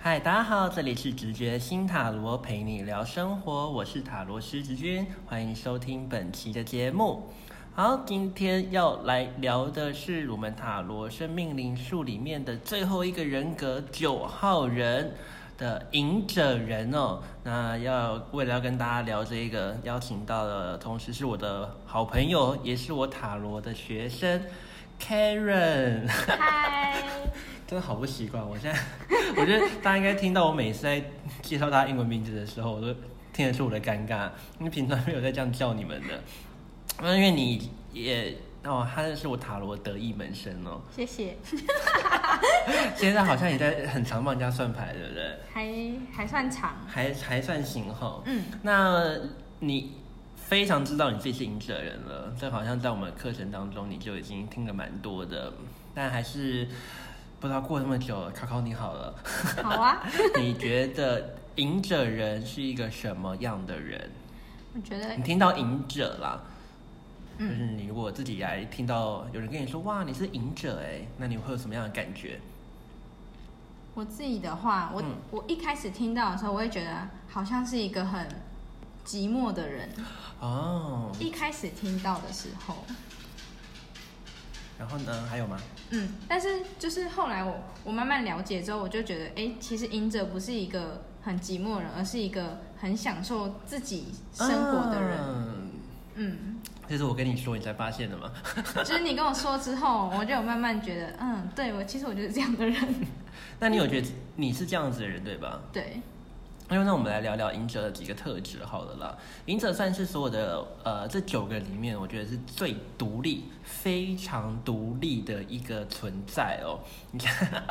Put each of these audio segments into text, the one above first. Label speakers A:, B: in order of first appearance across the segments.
A: 嗨，大家好，这里是直觉新塔罗陪你聊生活，我是塔罗师直君，欢迎收听本期的节目。好，今天要来聊的是我们塔罗生命灵数里面的最后一个人格九号人。的隐者人哦，那要为了要跟大家聊这个，邀请到的同时是我的好朋友，也是我塔罗的学生 Karen。
B: 嗨，
A: 真的好不习惯，我现在 我觉得大家应该听到我每次在介绍大家英文名字的时候，我都听得出我的尴尬，因为平常没有在这样叫你们的。那因为你也哦，他是我塔罗得意门生哦，
B: 谢谢，
A: 现在好像也在很常帮人家算牌，对不对？
B: 还还算长，
A: 还还算行哈。
B: 嗯，
A: 那你非常知道你自己是隐者人了，这好像在我们课程当中你就已经听了蛮多的，但还是不知道过了那么久了，考考你好了。
B: 好啊。
A: 你觉得隐者人是一个什么样的人？
B: 我觉得
A: 你听到隐者啦，就
B: 哎嗯
A: 是你如果自己来听到有人跟你说哇你是隐者哎、那你会有什么样的感觉？
B: 我自己的话，我、
A: 嗯
B: 我一开始听到的时候，我会觉得好像是一个很寂寞的人。
A: 哦，
B: 一开始听到的时候，
A: 然后呢还有吗？
B: 嗯，但是就是后来我我慢慢了解之后，我就觉得，哎、其实隐者不是一个很寂寞的人，而是一个很享受自己生活的人。
A: 嗯
B: 嗯，
A: 这是我跟你说你才发现的吗？
B: 就是你跟我说之后，我就有慢慢觉得，嗯，对我其实我就是这样的人。
A: 那你有觉得你是这样子的人对吧？
B: 对，
A: 因为那我们来聊聊隐者的几个特质好了啦。隐者算是所有的呃这九个里面，我觉得是最独立、非常独立的一个存在哦。 你看，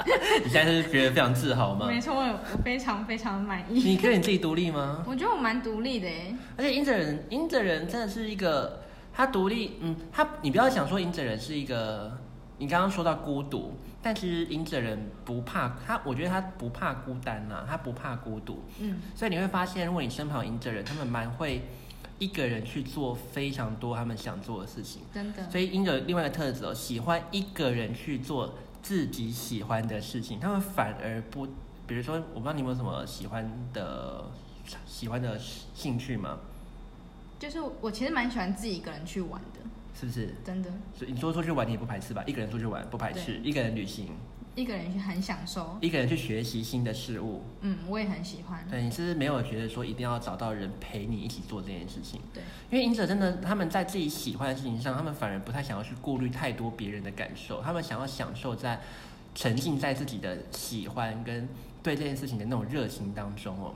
A: 你现在是觉得非常自豪吗？
B: 没错，我有我非常非常满意。
A: 你觉得你自己独立吗？
B: 我觉得我蛮独立的欸诶，
A: 而且隐者人，隐者人真的是一个他独立，嗯，他你不要想说隐者人是一个，你刚刚说到孤独，但其实隐者人不怕他，我觉得他不怕孤单呐、啊他不怕孤独，
B: 嗯，
A: 所以你会发现，如果你身旁有隐者人，他们蛮会一个人去做非常多他们想做的事情。
B: 真的，
A: 所以因者另外一个特质哦，喜欢一个人去做自己喜欢的事情，他们反而不，比如说，我不知道你有没有什么喜欢的喜欢的兴趣吗？
B: 就是我其实蛮喜欢自己一个人去玩的，
A: 是不是？
B: 真的，
A: 所以你说出去玩你也不排斥吧？一个人出去玩不排斥，一个人旅行，
B: 一个人去很享受，
A: 一个人去学习新的事物。
B: 嗯，我也很喜欢，
A: 对，你是不是没有觉得说一定要找到人陪你一起做这件事情？
B: 对，
A: 因为隐者真的，他们在自己喜欢的事情上，他们反而不太想要去顾虑太多别人的感受，他们想要享受在沉浸在自己的喜欢跟对这件事情的那种热情当中哦。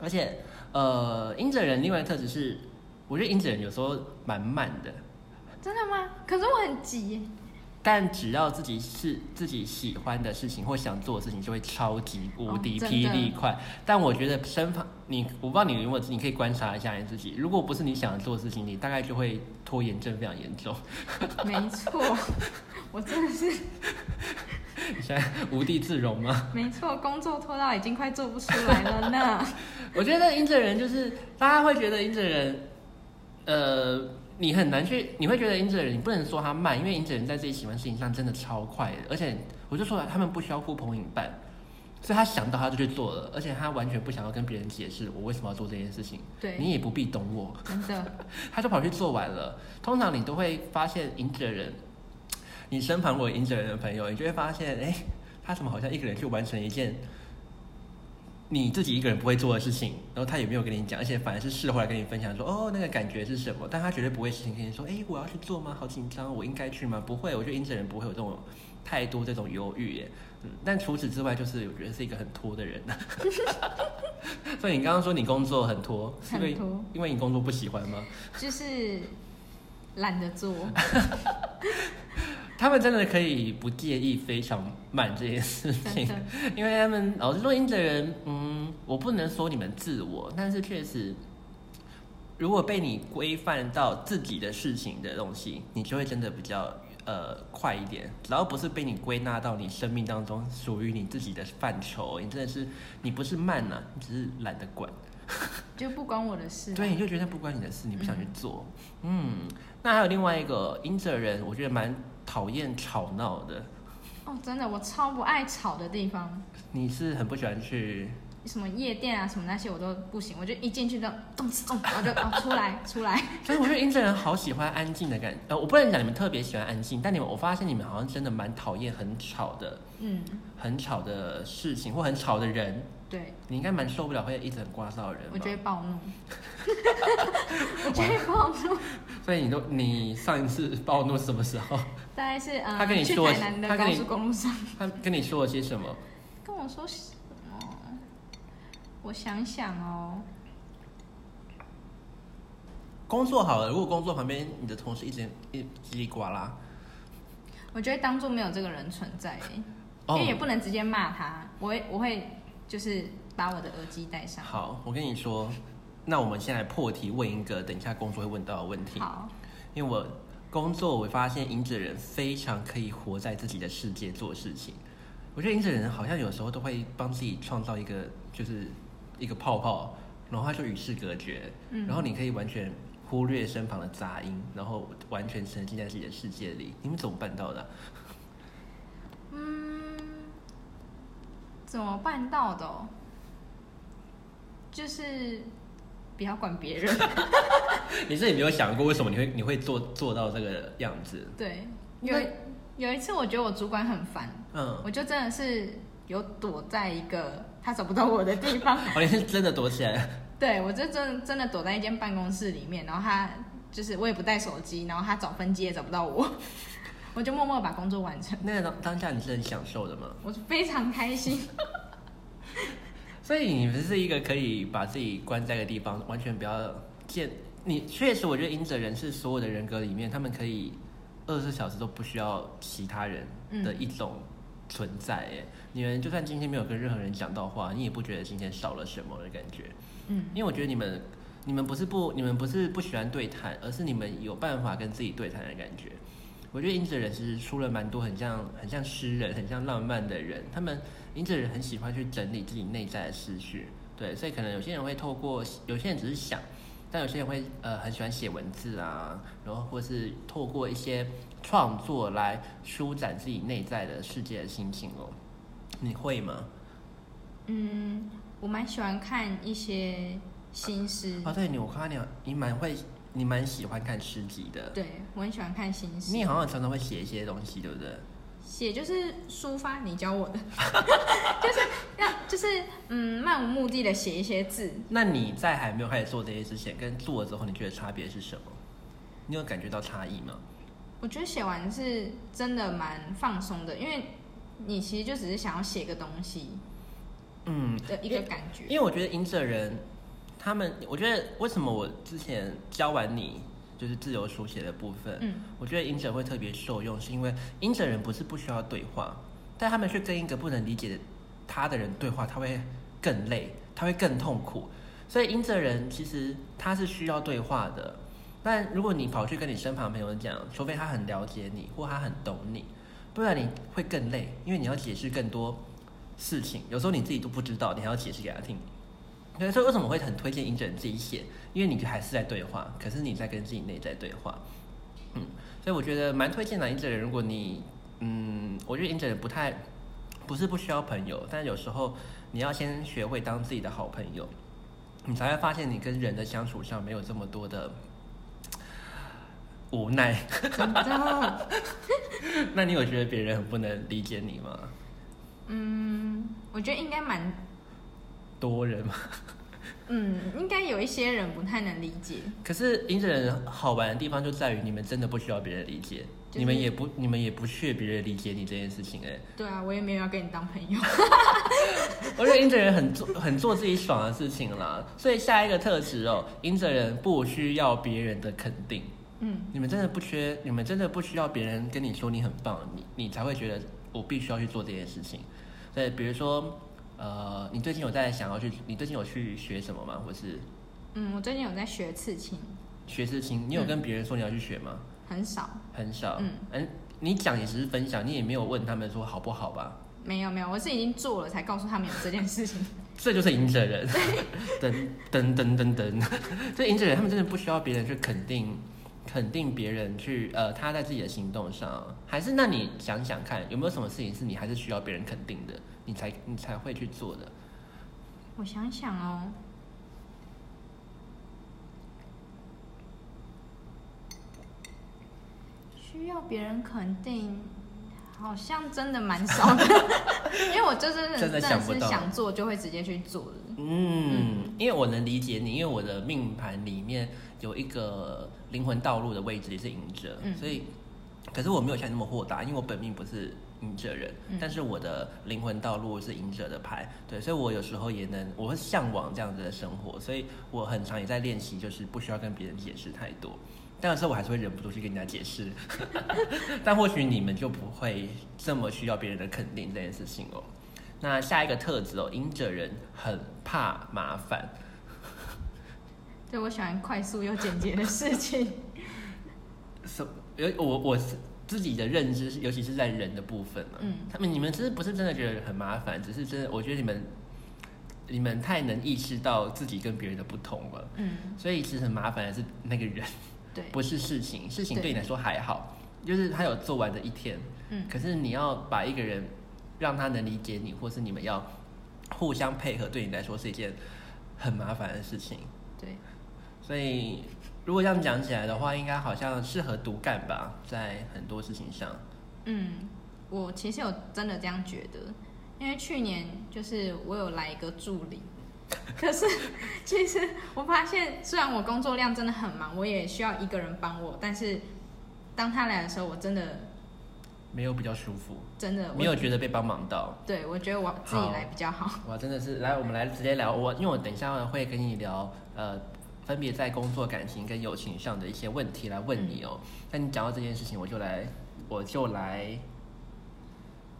A: 而且，呃，隐者人另外的特质是，我觉得隐者人有时候蛮慢的，
B: 真的吗？可是我很急耶，
A: 但只要自己是自己喜欢的事情或想做的事情，就会超级无敌
B: 哦真的
A: 霹雳快。但我觉得身旁你，我不知道你有没有，你可以观察一下你自己。如果不是你想做的事情，你大概就会拖延症非常严重。
B: 没错， 我真的是
A: 你现在无地自容吗？
B: 没错，工作拖到已经快做不出来 了呢。
A: 我觉得隐者人就是大家会觉得隐者人，呃，你很难去，你会觉得隐者人，你不能说他慢，因为隐者人在自己喜欢的事情上真的超快的，而且我就说了，他们不需要呼朋引伴。所以他想到他就去做了，而且他完全不想要跟别人解释我为什么要做这件事情，
B: 对，
A: 你也不必懂我，
B: 真的，
A: 他就跑去做完了。通常你都会发现哎隐者人，你身旁如果有隐者人的朋友，你就会发现，哎、他怎么好像一个人去完成一件你自己一个人不会做的事情，然后他也没有跟你讲，而且反而是事后来跟你分享说，哦，那个感觉是什么？但他绝对不会事先跟你说，哎、我要去做吗？好紧张，我应该去吗？不会，我觉得隐者人不会有这种太多这种犹豫耶。嗯，但除此之外，就是我觉得是一个很拖的人。 所以你刚刚说你工作很拖，是因为
B: 很拖
A: 因为你工作不喜欢吗？
B: 就是懒得做，
A: 他们真的可以不介意非常慢这件事
B: 真
A: 情，
B: 的，
A: 因为他们哦老实说，英哲人，嗯，我不能说你们自我，但是确实，如果被你规范到自己的事情的东西，你就会真的比较呃快一点。只要不是被你归纳到你生命当中属于你自己的范畴，你真的是你不是慢呐、你只是懒得管。
B: 就不关我的事。啊
A: 对，你就觉得不关你的事，你不想去做。嗯，那还有另外一个因者人，我觉得蛮讨厌吵闹的。
B: 哦，真的，我超不爱吵的地方，
A: 你是很不喜欢去，
B: 什么夜店啊，什么那些我都不行，我就一进去就咚哧咚哧，然后就哦出来 出来，
A: 所以我觉得音质人好喜欢安静的感呃，我不能讲你们特别喜欢安静，但你们我发现你们好像真的蛮讨厌很吵的、
B: 嗯，
A: 很吵的事情或很吵的人。
B: 对，
A: 你应该蛮受不了会一直很聒噪的人吧？
B: 我就会 暴怒，我就会暴怒，
A: 所以你都你上一次暴怒是什么时候？
B: 大概是嗯，
A: 他跟你
B: 去
A: 说
B: 台南
A: 他
B: 的
A: 跟
B: 高
A: 你
B: 速公路上。
A: 他跟你说了些什么？
B: 跟我说什么？我想想哦，
A: 工作好了，如果工作旁边你的同事一直一叽里呱啦，
B: 我觉得当做没有这个人存在欸，因
A: 哦
B: 为，也不能直接骂他，我会我会就是把我的耳机戴上。
A: 好，我跟你说，那我们先来破题问一个等一下工作会问到的问题，
B: 好，
A: 因为我工作我发现影子人非常可以活在自己的世界做事情，我觉得影子人好像有时候都会帮自己创造一个就是一个泡泡，然后他就与世隔绝，
B: 嗯
A: 然后你可以完全忽略身旁的杂音，然后完全沉浸在自己的世界里，你们怎么办到的啊、
B: 嗯，怎么办到的哦、就是不要管别 人，
A: 你自己没有想过为什么你会你会做做到这个样子？
B: 对。有一有一次，我觉得我主管很烦，
A: 嗯，
B: 我就真的是有躲在一个他找不到我的地 方，
A: 好像哦是真的躲起来，
B: 对我就真的真的躲在一间办公室里面，然后他就是我也不带手机，然后他找分机也找不到我， 我就默默把工作完成，
A: 那当当下你是很享受的嘛？
B: 我是非常开心。
A: 所以你不是一个可以把自己关在一个地方，完全不要见你。确实，我觉得隐者人是所有的人格里面，他们可以二十四小时都不需要其他人的一种存在。耶、你们就算今天没有跟任何人讲到话，你也不觉得今天少了什么的感觉。
B: 嗯，
A: 因为我觉得你们，你们不是不，你们不是不喜欢对谈，而是你们有办法跟自己对谈的感觉。我觉得影子人其实出了蛮多很像很像诗人、很像浪漫的人，他们影子人很喜欢去整理自己内在的思绪，对，所以可能有些人会透过，有些人只是想，但有些人会呃很喜欢写文字啊，然后或是透过一些创作来舒展自己内在的世界的心情哦。你会吗？
B: 嗯，我蛮喜欢看一些新诗，
A: 啊，对你，我看到你好，你蛮会，你蛮喜欢看诗集的。
B: 对我很喜欢看新诗
A: 你，好像常常会写一些东西，对不对？
B: 写就是抒发你教 我的，就是让就是嗯漫无目的的写一些字，
A: 那你在还没有开始做这些之前，跟做了之后，你觉得差别是什么？你有感觉到差异吗？
B: 我觉得写完是真的蛮放松的，因为你其实就只是想要写个东西
A: 嗯，
B: 的一个感觉。
A: 因为我觉得影者人，他们，我觉得为什么我之前教完你就是自由书写的部分，
B: 嗯，
A: 我觉得影者会特别受用，是因为影者人不是不需要对话，但他们去跟一个不能理解他的人对话，他会更累，他会更痛苦。所以影者人其实他是需要对话的，但如果你跑去跟你身旁朋友讲，除非他很了解你或他很懂你，不然你会更累，因为你要解释更多事情，有时候你自己都不知道，你还要解释给他听。对，所以为什么我会很推荐影者人自己写？因为你还是在对话，可是你在跟自己内在对话。所以我觉得蛮推荐的。影者人，如果你嗯，我觉得影者人不太不是不需要朋友，但有时候你要先学会当自己的好朋友，你才会发现你跟人的相处上没有这么多的无奈。
B: 真的，
A: 那你有觉得别人很不能理解你吗？
B: 嗯，我觉得应该蛮，
A: 多人 吗？
B: 嗯，应该有一些人不太能理解。
A: 可是影者人好玩的地方就在于你们真的不需要别人理解，
B: 就是
A: 你们也不你们也不屑别人理解你这件事情哎、
B: 对啊，我也没有要跟你当朋 友。
A: 我觉得影者人很做很做自己爽的事情啦，所以下一个特质哦，影者人不需要别人的肯定，
B: 嗯，
A: 你们真的不缺，你们真的不需要别人跟你说你很棒，你你才会觉得我必须要去做这件事情。对，比如说，呃，你最近有在想要去，你最近有去学什么吗？或是
B: 嗯，我最近有在学刺青，
A: 学事情，你有跟别人说你要去学吗？
B: 很少。
A: 很少，
B: 嗯
A: 嗯，你讲也只是分享，你也没有问他们说好不好吧？
B: 没有没有，我是已经做了才告诉他们有这件事情。
A: 这就是赢者人， 噔噔噔噔噔，这赢者人他们真的不需要别人去肯定肯定别人去呃他在自己的行动上，还是那你想想看，有没有什么事情是你还是需要别人肯定的，你才你才会去做的？
B: 我想想哦，需要别人肯定，好像真的蛮 少的，因为我就真的
A: 真的想不
B: 是
A: 到
B: 想做就会直接去做的。
A: 嗯，因为我能理解你，因为我的命盘里面有一个灵魂道路的位置也是隐者，
B: 嗯
A: 所以可是我没有像你那么豁达，因为我本命不是隐者人，
B: 嗯
A: 但是我的灵魂道路是隐者的牌，对，所以我有时候也能，我会向往这样子的生活，所以我很常也在练习，就是不需要跟别人解释太多。但有时候我还是会忍不住去跟人家解释， 但或许你们就不会这么需要别人的肯定这件事情哦。那下一个特质哦，隐者人很怕麻烦，
B: 对，我喜欢快速又简洁的 事情。
A: 什有我我是自己的认知是，尤其是在人的部分嘛，
B: 嗯
A: 他们你们真的不是真的觉得很麻烦，只是真的，我觉得你们你们太能意识到自己跟别人的不同了，
B: 嗯，
A: 所以其实很麻烦的是那个人，
B: 对，
A: 不是事情，事情
B: 对
A: 对你来说还好，就是他有做完的一天，
B: 嗯
A: 可是你要把一个人让他能理解你，或是你们要互相配合，对你来说是一件很麻烦的事情。
B: 对，
A: 所以如果这样讲起来的话，应该好像适合独干吧，在很多事情上。
B: 嗯，我其实有真的这样觉得，因为去年就是我有来一个助理， 可是其实我发现，虽然我工作量真的很忙，我也需要一个人帮我，但是当他来的时候，我真的
A: 没有比较舒服，
B: 真呃的我
A: 没有觉得被帮忙到。
B: 对我觉得我自己来比较好。
A: 哇，真的是来，我们来直接聊我，因为我等一下会跟你聊，呃，分别在工作、感情跟友情上的一些问题来问你哦。那、你讲到这件事情，我就来，我就来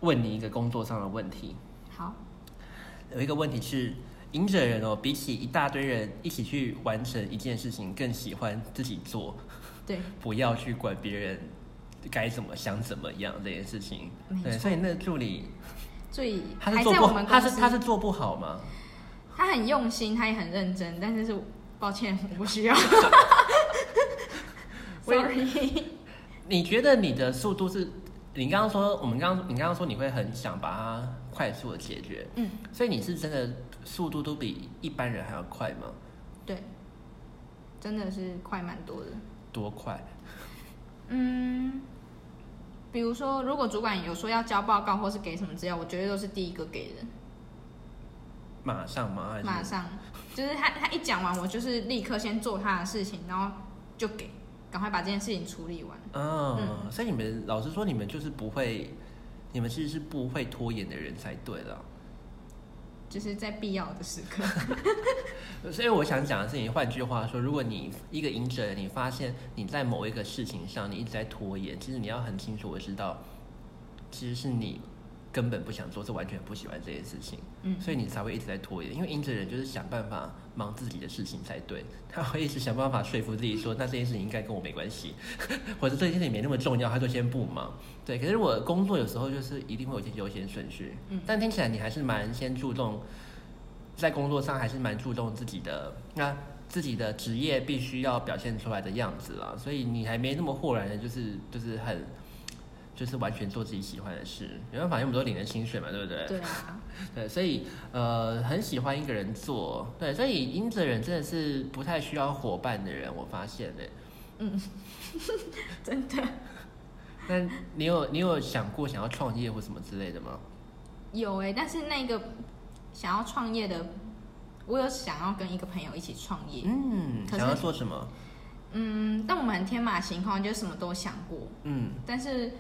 A: 问你一个工作上的问题。
B: 好，
A: 有一个问题是，赢者人哦，比起一大堆人一起去完成一件事情，更喜欢自己做，
B: 对，
A: 不要去管别人该怎么想怎么样这件事情
B: 没。
A: 对，
B: 错
A: 所以那个助理
B: 最
A: 他是
B: 还
A: 做
B: 在
A: 不
B: 我
A: 好，
B: 们
A: 他
B: 公
A: 是
B: 司，
A: 他是做不好吗？
B: 他很用心，他也很认真，但是是抱歉，我 不需要。
A: 我也
B: Sorry，
A: 你觉得你的速度是？你刚刚说，我们刚刚你刚刚说你会很想把它快速的解决，
B: 嗯，
A: 所以你是真的速度都比一般人还要快吗？
B: 对，真的是快蛮多的。
A: 多快？
B: 嗯，比如说，如果主管有说要交报告或是给什么资料，我绝对都是第一个给的，
A: 马上吗？还是
B: 马上就是他他一讲完，我就是立刻先做他的事情，然后就给，赶快把这件事情处理完。
A: 嗯，所以你们老实说，你们就是不会，你们其实是不会拖延的人才对了。
B: 就是在必要的时 刻，
A: 所以我想讲的是，你换句话说，如果你一个赢者，你发现你在某一个事情上你一直在拖延，其实你要很清楚的知道，其实是你根本不想做，是完全不喜欢这件事情，
B: 嗯，
A: 所以你才会一直在拖延。因为赢者人就是想办法忙自己的事情才对， 他会一直想办法说服自己说，那这件事情应该跟我没关系， 或者这件事情没那么重要，他就先不忙。对，可是我工作有时候就是一定会有一些优先顺序，
B: 嗯
A: 但听起来你还是蛮先注重在工作上还是蛮注重自己的，那自己的职业必须要表现出来的样子啦，所以你还没那么豁然的，就是就是很，就是完全做自己喜欢的事，没办法，因为我们都领了薪水嘛，对不对？
B: 对啊，
A: 对，所以呃，很喜欢一个人做，对，所以英子人真的是不太需要伙伴的人，我发现的。
B: 嗯真的
A: 那你有你有想过想要创业或什么之类的吗？
B: 有哎、但是那个想要创业的，我有想要跟一个朋友一起创业，
A: 嗯，
B: 可是
A: 想要做什么？
B: 嗯，但我们很天马行空，就什么都想过，
A: 嗯，
B: 但是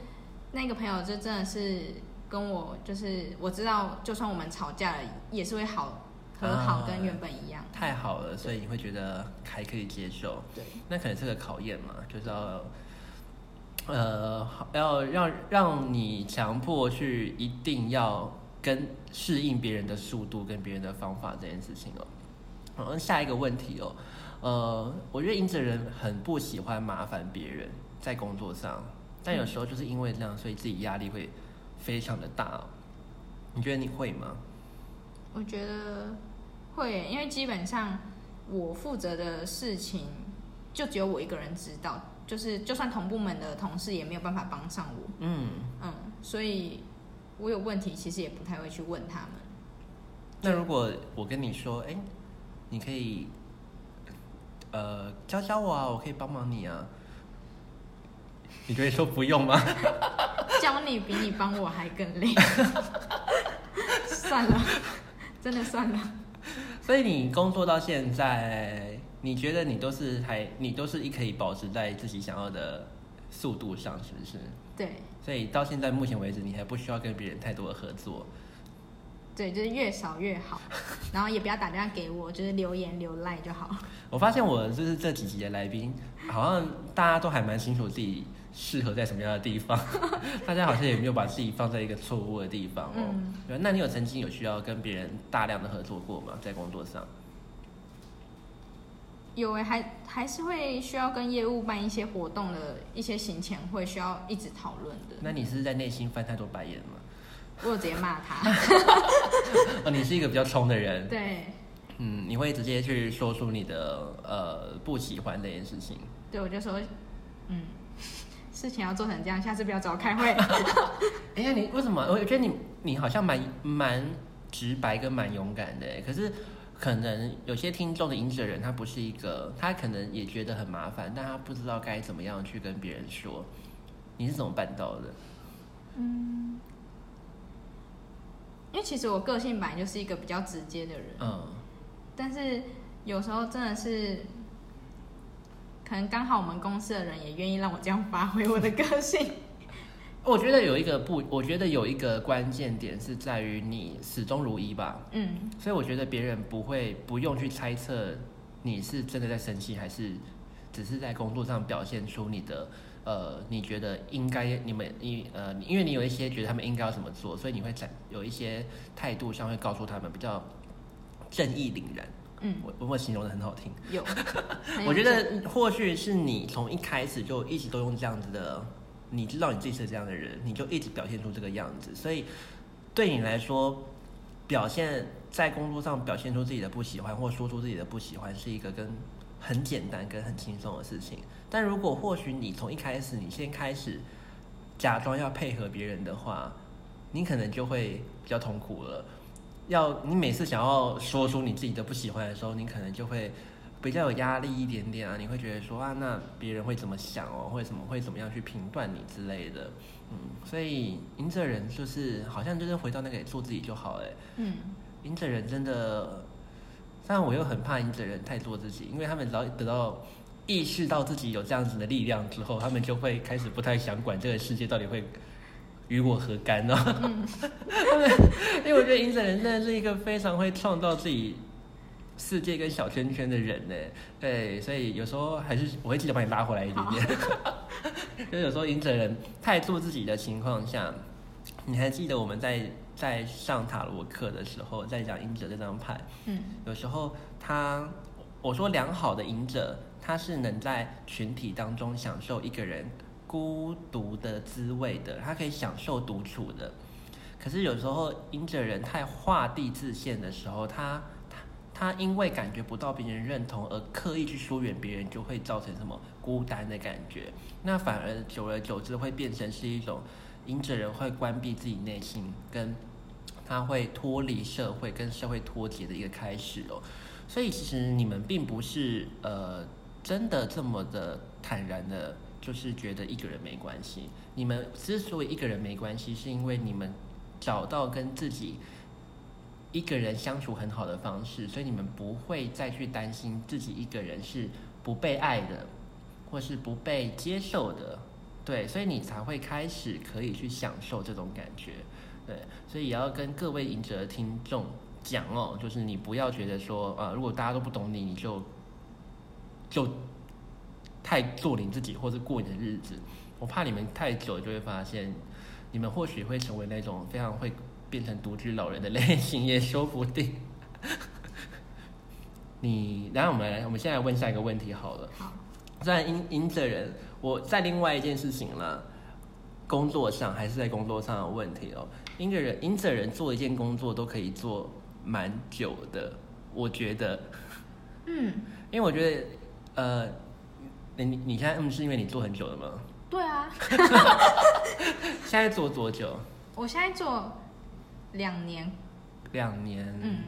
B: 那个朋友就真的是跟我，就是我知道，就算我们吵架了，也是会好和好，
A: 啊
B: 跟原本一样。
A: 太好了，所以你会觉得还可以接受。
B: 对，
A: 那可能是个考验嘛，就是要，呃，好要让让你强迫去一定要跟适应别人的速度跟别人的方法这件事情哦。好，那下一个问题哦，呃，我觉得赢者人很不喜欢麻烦别人在工作上，但有时候就是因为这样，所以自己压力会非常的大、哦。你觉得你会吗？
B: 我觉得会耶，因为基本上我负责的事情就只有我一个人知道，就是就算同部门的同事也没有办法帮上我，
A: 嗯，
B: 嗯，所以我有问题其实也不太会去问他们。
A: 那如果我跟你说，哎、你可以，呃，教教我啊，我可以帮忙你啊，你就会说不用吗？
B: 教你比你帮我还更累， 算了，真的算了。
A: 所以你工作到现在，你觉得你都是还你都是一可以保持在自己想要的速度上，是不是？
B: 对
A: 所以到现在目前为止，你还不需要跟别人太多的合作。
B: 对，就是越少越 好，然后也不要打电话给我，就是留言留赖就好。
A: 我发现我就是这几集的来宾，好像大家都还蛮清楚自己适合在什么样的地 方，大家好像也没有把自己放在一个错误的地方哦。
B: 嗯
A: 对那你有曾经有需要跟别人大量的合作过吗？在工作上？
B: 有诶、还还是会需要跟业务办一些活动的一些行前会需要一直讨论的。
A: 那你是在内心翻太多白眼吗？
B: 我有直接骂他，
A: 哦，你是一个比较冲的人。
B: 对
A: 嗯，你会直接去说出你的呃不喜欢这件事情。
B: 对，我就说，嗯，事情要做成这样，下次不要找我 开会。
A: 哎呀，你为什么？我觉得你你好像蛮蛮直白跟蛮勇敢的耶，欸可是可能有些听众的引者人，他不是一个，他可能也觉得很麻烦，但他不知道该怎么样去跟别人说。你是怎么办到的？
B: 嗯，因为其实我个性本来就是一个比较直接的人，
A: 嗯，
B: 但是有时候真的是，可能刚好我们公司的人也愿意让我这样发挥我的个性。
A: 我觉得有一个不，我觉得有一个关键点是在于你始终如一吧。
B: 嗯，
A: 所以我觉得别人不会不用去猜测你是真的在生气，还是只是在工作上表现出你的呃，你觉得应该你们你呃，你因为你有一些觉得他们应该要怎么做，所以你会展有一些态度上会告诉他们比较正义凛然。
B: 嗯，
A: 我我形容的很好听，
B: 有。很有
A: 我觉
B: 这
A: 得或许是你从一开始就一直都用这样子的，你知道你自己是这样的人，你就一直表现出这个样子，所以对你来说，表现在工作上表现出自己的不喜欢或说出自己的不喜欢，是一个跟很简单跟很轻松的事情。但如果或许你从一开始，你先开始假装要配合别人的话，你可能就会比较痛苦了。要你每次想要说出你自己的不喜欢的时候，你可能就会比较有压力一点点啊，你会觉得说啊，那别人会怎么想哦，或者怎么会怎么样去评断你之类的，嗯，所以赢者人就是好像就是回到那个做自己就好了。欸
B: 嗯，
A: 赢者人真的，但我又很怕赢者人太做自己，因为他们只要得到意识到自己有这样子的力量之后，他们就会开始不太想管这个世界到底会与我何干呢、 哦？因为我觉得赢者人真的是一个非常会创造自己世界跟小圈圈的人呢。对，所以有时候还是我会记得把你拉回来一点点。 就是有时候赢者人太做自己的情况下，你还记得我们在在上塔罗课的时候，在讲赢者这张牌，
B: 嗯
A: 有时候他，我说良好的赢者，他是能在群体当中享受一个人孤独的滋味的，他可以享受独处的。可是有时候赢者人太画地自限的时候，他他他因为感觉不到别人认同而刻意去疏远别人，就会造成什么孤单的感觉。那反而久而久之会变成是一种赢者人会关闭自己内心跟他会脱离社会跟社会脱节的一个开始哦。所以其实你们并不是呃真的这么的坦然的，就是觉得一个人没关系。你们之所以一个人没关系，是因为你们找到跟自己。一个人相处很好的方式，所以你们不会再去担心自己一个人是不被爱的，或是不被接受的，对，所以你才会开始可以去享受这种感觉。对，所以也要跟各位赢者的听众讲哦，就是你不要觉得说，呃，如果大家都不懂你，你就就太做你自己，或是过你的日子。我怕你们太久就会发现，你们或许会成为那种非常会变成独居老人的类型，也说不定。你，然后我们来，我们现在来问下一个问题好了。
B: 好，
A: 虽然赢赢者人，我在另外一件事情啦，工作上还是在工作上的问题哦。赢者人赢者人做一件工作都可以做蛮久的，我觉得，
B: 嗯
A: 因为我觉得呃，你你你现在嗯是因为你做很久了吗？
B: 对啊，
A: 现在做多久？
B: 我现在做两年，
A: 两年。
B: 嗯，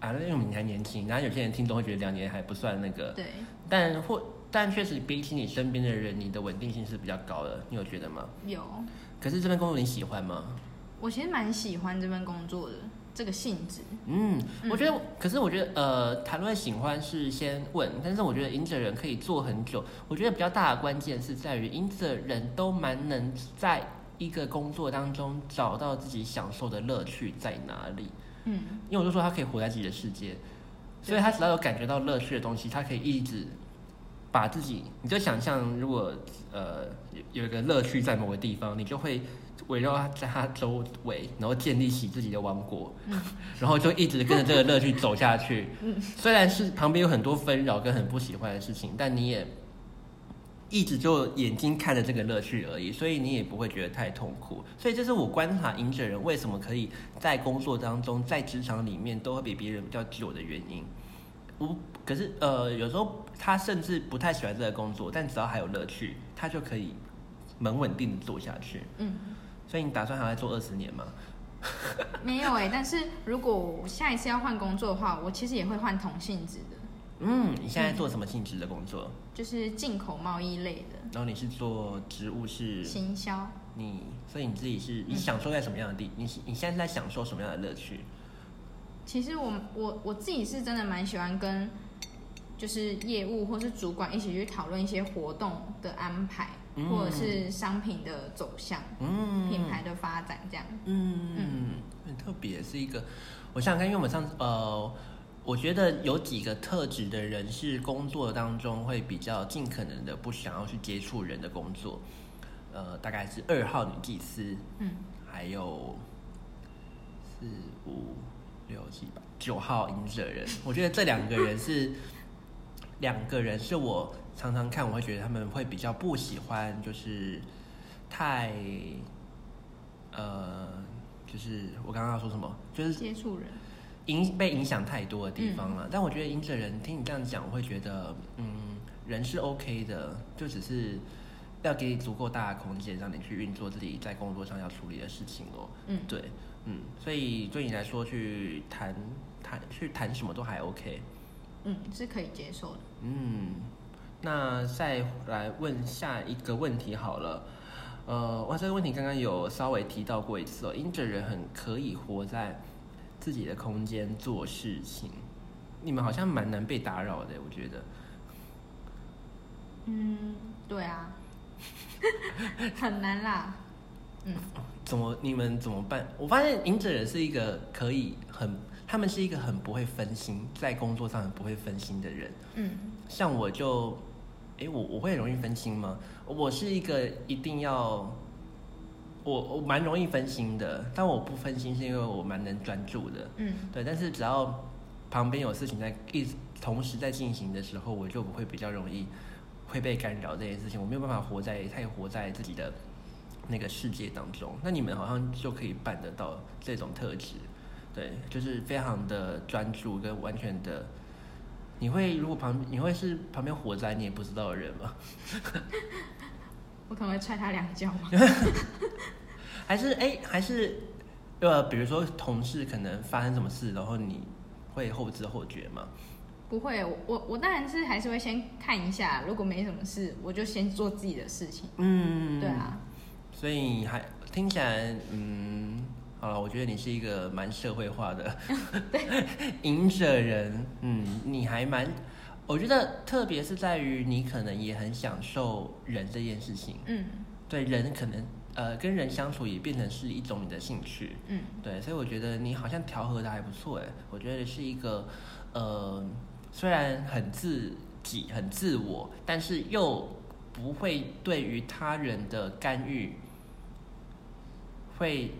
A: 啊，那因为你还年轻，然后有些人听懂会觉得两年还不算那个，
B: 对，
A: 但或但确实比起你身边的人，你的稳定性是比较高的，你有觉得吗？
B: 有。
A: 可是这份工作你喜欢吗？
B: 我其实蛮喜欢这份工作的这个性质，
A: 嗯，
B: 嗯
A: 我觉得，可是我觉得，呃，谈论喜欢是先问，但是我觉得赢者人可以做很久。我觉得比较大的关键是在于赢者人都蛮能在一个工作当中找到自己享受的乐趣在哪里。
B: 嗯，
A: 因为我就说他可以活在自己的世界，
B: 对
A: 所以他只要有感觉到乐趣的东西，他可以一直把自己，你就想象如果呃有有一个乐趣在某个地方，你就会围绕它在它周围，然后建立起自己的王国，然后就一直跟着这个乐趣走下去。虽然是旁边有很多纷扰跟很不喜欢的事情，但你也。一直就眼睛看着这个乐趣而已，所以你也不会觉得太痛苦。所以这是我观察赢者人为什么可以在工作当中，在职场里面都会比别人比较久的原因。我可是呃，有时候他甚至不太喜欢这个工作，但只要还有乐趣，他就可以蛮稳定的做下去。
B: 嗯，
A: 所以你打算还要做二十年吗？
B: 没有哎、但是如果我下一次要换工作的话，我其实也会换同性质的，
A: 嗯，你现在做什么性质的工作？
B: 就是进口贸易类的
A: 然后你是做职务是？
B: 行销。
A: 你所以你自己是你
B: 嗯
A: 享受在什么样的地？你你现在是在享受什么样的乐趣？
B: 其实我我我自己是真的蛮喜欢跟就是业务或是主管一起去讨论一些活动的安排，
A: 嗯
B: 或者是商品的走向、
A: 嗯，
B: 品牌的发展这样。
A: 嗯，很特别，是一个。我想想看，因为我们上次呃，我觉得有几个特质的人是工作当中会比较尽可能的不想要去接触人的工作，呃，大概是二号女祭司，
B: 嗯，
A: 还有四五六七八九号隐者人，我觉得这两个人是两个人是我常常看，我会觉得他们会比较不喜欢，就是太呃，就是我刚刚要说什么，就是
B: 接触人，
A: 影被影响太多的地方了。但我觉得影者人听你这样讲，我会觉得，嗯，人是 OK 的，就只是要给你足够大的空间，让你去运作自己在工作上要处理的事情哦。
B: 嗯，
A: 对，嗯，所以对你来说，去谈谈去谈什么都还 OK。
B: 嗯，是可以接受的。
A: 嗯，那再来问下一个问题好了。呃，哇，这个问题刚刚有稍微提到过一次哦。因着人很可以活在自己的空间做事情，你们好像蛮难被打扰的，我觉得。
B: 嗯，对啊， 很难啦。
A: 怎么你们怎么办？我发现赢者人是一个可以很，他们是一个很不会分心，在工作上很不会分心的人。
B: 嗯
A: 像我就，诶，我我会容易分心吗？我是一个一定要，我我蛮容易分心的，但我不分心是因为我蛮能专注的，
B: 嗯
A: 对。但是只要旁边有事情在一直同时在进行的时候，我就不会比较容易会被干扰这件事情，我没有办法活在太活在自己的那个世界当中。那你们好像就可以办得到这种特质，对，就是非常的专注跟完全的。你会如果旁你会是旁边火灾你也不知道的人吗？
B: 我可能会踹他两脚嘛。
A: 还是哎还是呃，比如说同事可能发生什么事，然后你会后知后觉吗？
B: 不会，我我我当然是还是会先看一下，如果没什么事，我就先做自己的事情。
A: 嗯
B: 对。啊，
A: 所以还听起来，嗯，好了，我觉得你是一个蛮社会化的 赢者人，嗯，你还蛮，我觉得特别是在于你可能也很享受人这件事情，
B: 嗯
A: 对人可能呃跟人相处也变成是一种你的兴趣，
B: 嗯
A: 对，所以我觉得你好像调和的还不错哎，我觉得是一个，呃，虽然很自己、很自我，但是又不会对于他人的干预会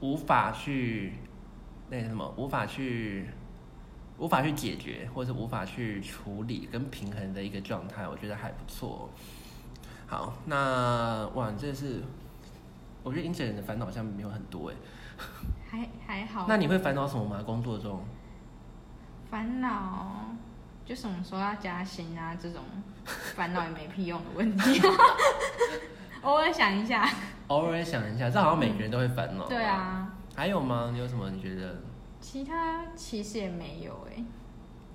A: 无法去那个什么，无法去无法去解决，或者无法去处理跟平衡的一个状态，我觉得还不错哦。好，那哇，你这是我觉得英姐人的烦恼好像没有很多哎。
B: 还还好。
A: 那你会烦恼什么吗？工作中
B: 烦恼？就什么时候要加薪啊这种烦恼也没屁用的问题， 偶尔想一下。
A: 偶尔想一下，这好像每个人都会烦恼。
B: 对。啊，
A: 还有吗？你有什么你觉得？
B: 其他其实也没有哎、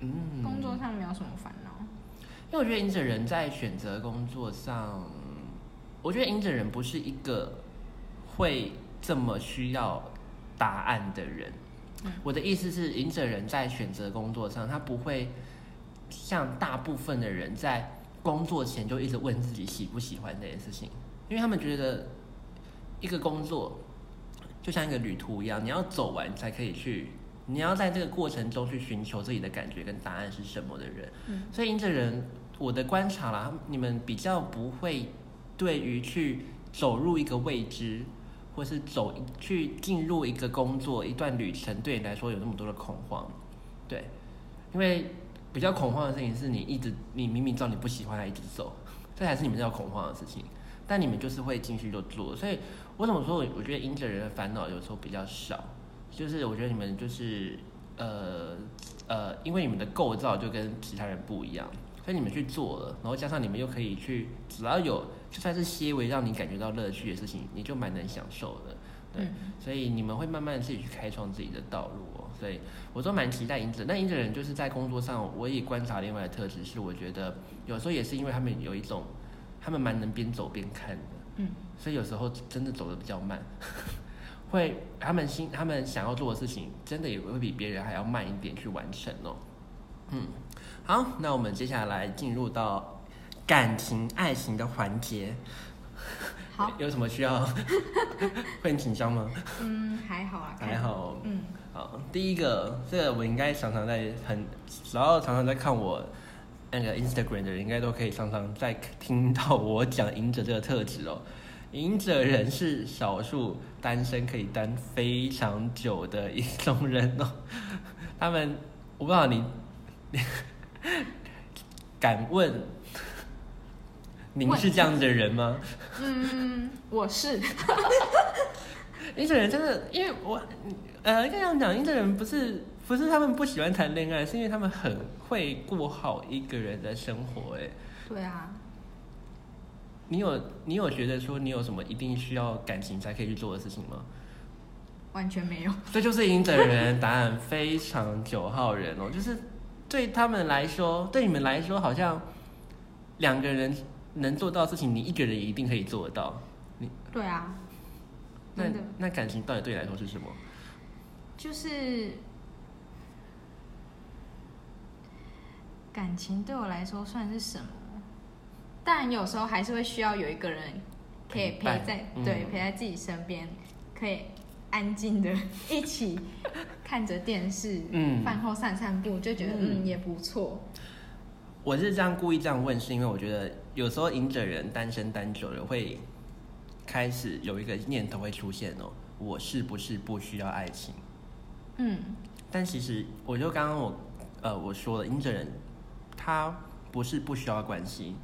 A: 嗯，
B: 工作上没有什么烦恼。
A: 因为我觉得隐者人在选择工作上，我觉得隐者人不是一个会这么需要答案的人。
B: 嗯
A: 我的意思是，隐者人在选择工作上，他不会像大部分的人在工作前就一直问自己喜不喜欢这件事情，因为他们觉得一个工作就像一个旅途一样，你要走完才可以去，你要在这个过程中去寻求自己的感觉跟答案是什么的人。
B: 嗯
A: 所以因着人，我的观察啦，你们比较不会对于去走入一个未知，或是走去进入一个工作一段旅程，对你来说有那么多的恐慌，对，因为比较恐慌的事情是你一直你明明知道你不喜欢，还一直走， 这才是你们要恐慌的事情。但你们就是会进去就做，所以我怎么说？我我觉得因着人的烦恼有时候比较少，就是我觉得你们就是呃呃，因为你们的构造就跟其他人不一样，所以你们去做了，然后加上你们又可以去，只要有就算是些微让你感觉到乐趣的事情，你就蛮能享受的。对，
B: 嗯
A: 所以你们会慢慢自己去开创自己的道路哦。所以我都蛮期待影子。那影子人就是在工作上，我也观察另外的特质是，我觉得有时候也是因为他们有一种，他们蛮能边走边看的。
B: 嗯，
A: 所以有时候真的走的比较慢， 会他们心他们想要做的事情，真的也会比别人还要慢一点去完成哦。嗯，好，那我们接下来进入到感情爱情的环节。
B: 好，
A: 有什么需要 会很紧张吗？
B: 嗯，还好啦，
A: 还。好。
B: 嗯，
A: 好，第一个，这个我应该常常在很，然后常常在看我那个 Instagram 的人，应该都可以常常在听到我讲赢者这个特质哦。赢者人是少数单身可以单非常久的一种人哦。 他们，我不知道你， 敢问您是这样子的人吗？
B: 嗯，我是，
A: 英国人真的，因为我，呃，应该这样讲，英国人不是不是他们不喜欢谈恋爱，是因为他们很会过好一个人的生活。哎，
B: 对啊，
A: 你有你有觉得说你有什么一定需要感情才可以去做的事情吗？
B: 完全没有。
A: 这就是赢者人答案非常九号人哦，就是对他们来说，对你们来说，好像两个人能做到的事情，你一个人也一定可以做得到。
B: 对啊，
A: 那
B: 真的
A: 那感情到底对你来说是什么？
B: 就是感情对我来说算是什么？但有时候还是会需要有一个人可
A: 陪
B: 以陪
A: 伴
B: 在
A: 嗯
B: 对陪在自己身边，可以安静的 一起看着电视，
A: 嗯
B: 饭后散散步，就觉得
A: 嗯
B: 嗯也不错。
A: 我是这样故意这样问，是因为我觉得有时候赢者人单身单久了会开始有一个念头会出现哦，我是不是不需要爱情？
B: 嗯
A: 但其实我就刚刚我呃我说了，赢者人他不是不需要关系，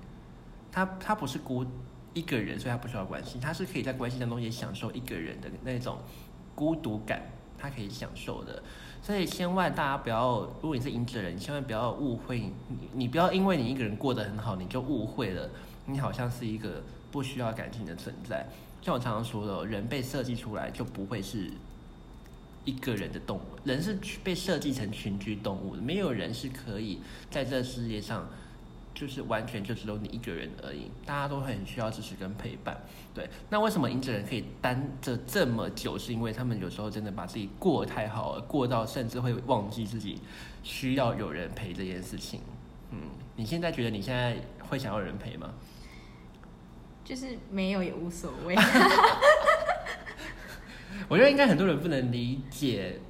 A: 他他不是孤一个人，所以他不需要关系，他是可以在关系当中也享受一个人的那种孤独感，他可以享受的。所以千万大家不要，如果你是赢者人，千万不要误会你，你不要因为你一个人过得很好，你就误会了，你好像是一个不需要感情的存在。像我常常说的哦，人被设计出来就不会是一个人的动物，人是被设计成群居动物的，没有人是可以在这世界上就是完全就只有你一个人而已，大家都很需要支持跟陪伴。对，那为什么影子人可以单着这么久？是因为他们有时候真的把自己过得太好了，过到甚至会忘记自己需要有人陪这件事情。嗯，你现在觉得你现在会想要有人陪吗？
B: 就是没有也无所谓。
A: 哎我觉得应该很多人不能理解，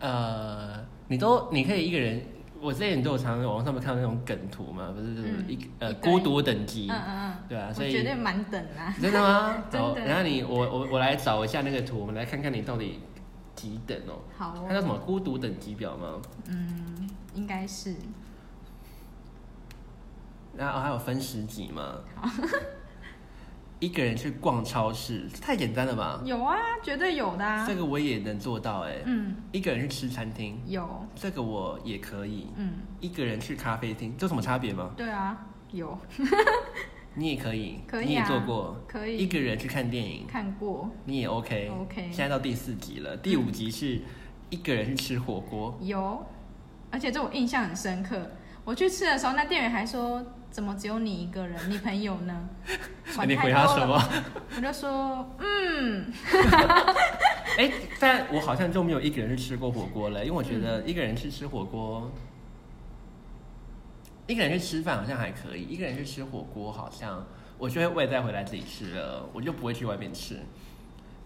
A: 呃，你都你可以一个人，我之前都有常网络上面看到那种梗图嘛，不是就是
B: 嗯
A: 一个、呃
B: 一个人
A: 孤独等级，
B: 嗯嗯嗯，
A: 对啊，
B: 我
A: 所以
B: 绝对满等啊。
A: 真的吗？
B: 真的
A: 好然后你我我我来找一下那个图，我们来看看你到底几等哦。
B: 好
A: 它叫
B: 哦，
A: 什么孤独等级表吗？
B: 嗯，应该是
A: 哦然后还有分十级吗？一个人去逛超市，太简单了吧？
B: 有啊，绝对有的、啊
A: 嗯这。个我也能做到哎、
B: 嗯，
A: 一个人去吃餐厅，
B: 有，
A: 这个我也可以；
B: 嗯，
A: 一个人去咖啡厅，这有什么差别吗？
B: 对啊，有，
A: 你也可以，
B: 可以啊
A: 你也做过。
B: 可
A: 一
B: 以
A: 个人去看电影，
B: 看过，
A: 你也 OK。
B: OK 嗯
A: 现在到第四集了，第五集是一个人去吃火锅，
B: 有，而且这我印象很深刻。我去吃的时候，那店员还说：“怎么只有你一个 人？你朋友呢？”
A: 哎
B: 管
A: 你
B: 太
A: 回答
B: 多
A: 什
B: 了
A: 么？
B: 我就说：“嗯，
A: 哎、但我好像就没有一个人去吃过火锅了，因为我觉得
B: 嗯
A: 一个人去吃火锅，一个人去吃饭好像还可以，一个人去吃火锅好像我就会外带回来自己吃了，我就不会去外面吃。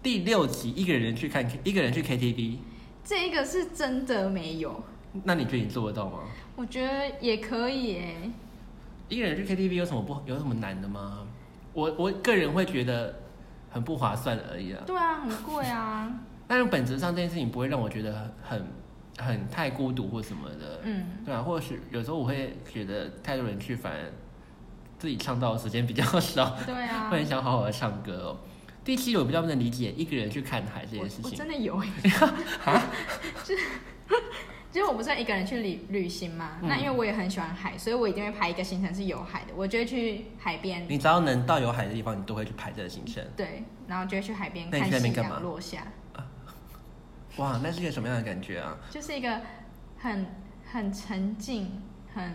A: 第六集一个人去看，一个人去 KTV，
B: 这一个是真的没有，
A: 那你觉得你做得到吗？
B: 我觉得也可以诶、
A: 一个人去 KTV 有什么不有什么难的吗？我我个人会觉得很不划算而已啊。
B: 对啊，很贵 啊。
A: 但是本质上这件事情不会让我觉得很很很太孤独或什么的。
B: 嗯，
A: 对啊，或许有时候我会觉得太多人去，反而自己唱到的时间比较少，
B: 对啊
A: 会。很想好好的唱歌哦。第七，我比较不能理解一个人去看海这
B: 我
A: 件事
B: 我
A: 情啊
B: 真。的 有，欸 就是就是我不是一个人去旅旅行嘛，
A: 嗯
B: 那因为我也很喜欢海，所以我一定会排一个行程是有海的，我就会去海边，
A: 你只要能到有海的地方，你都会去排这个行程。
B: 对，然后就会去海边
A: 那你
B: 看
A: 去那
B: 夕
A: 边干嘛
B: 阳落下，
A: 哇，那是一个什么样的感觉啊？
B: 就是一个很很沉静、很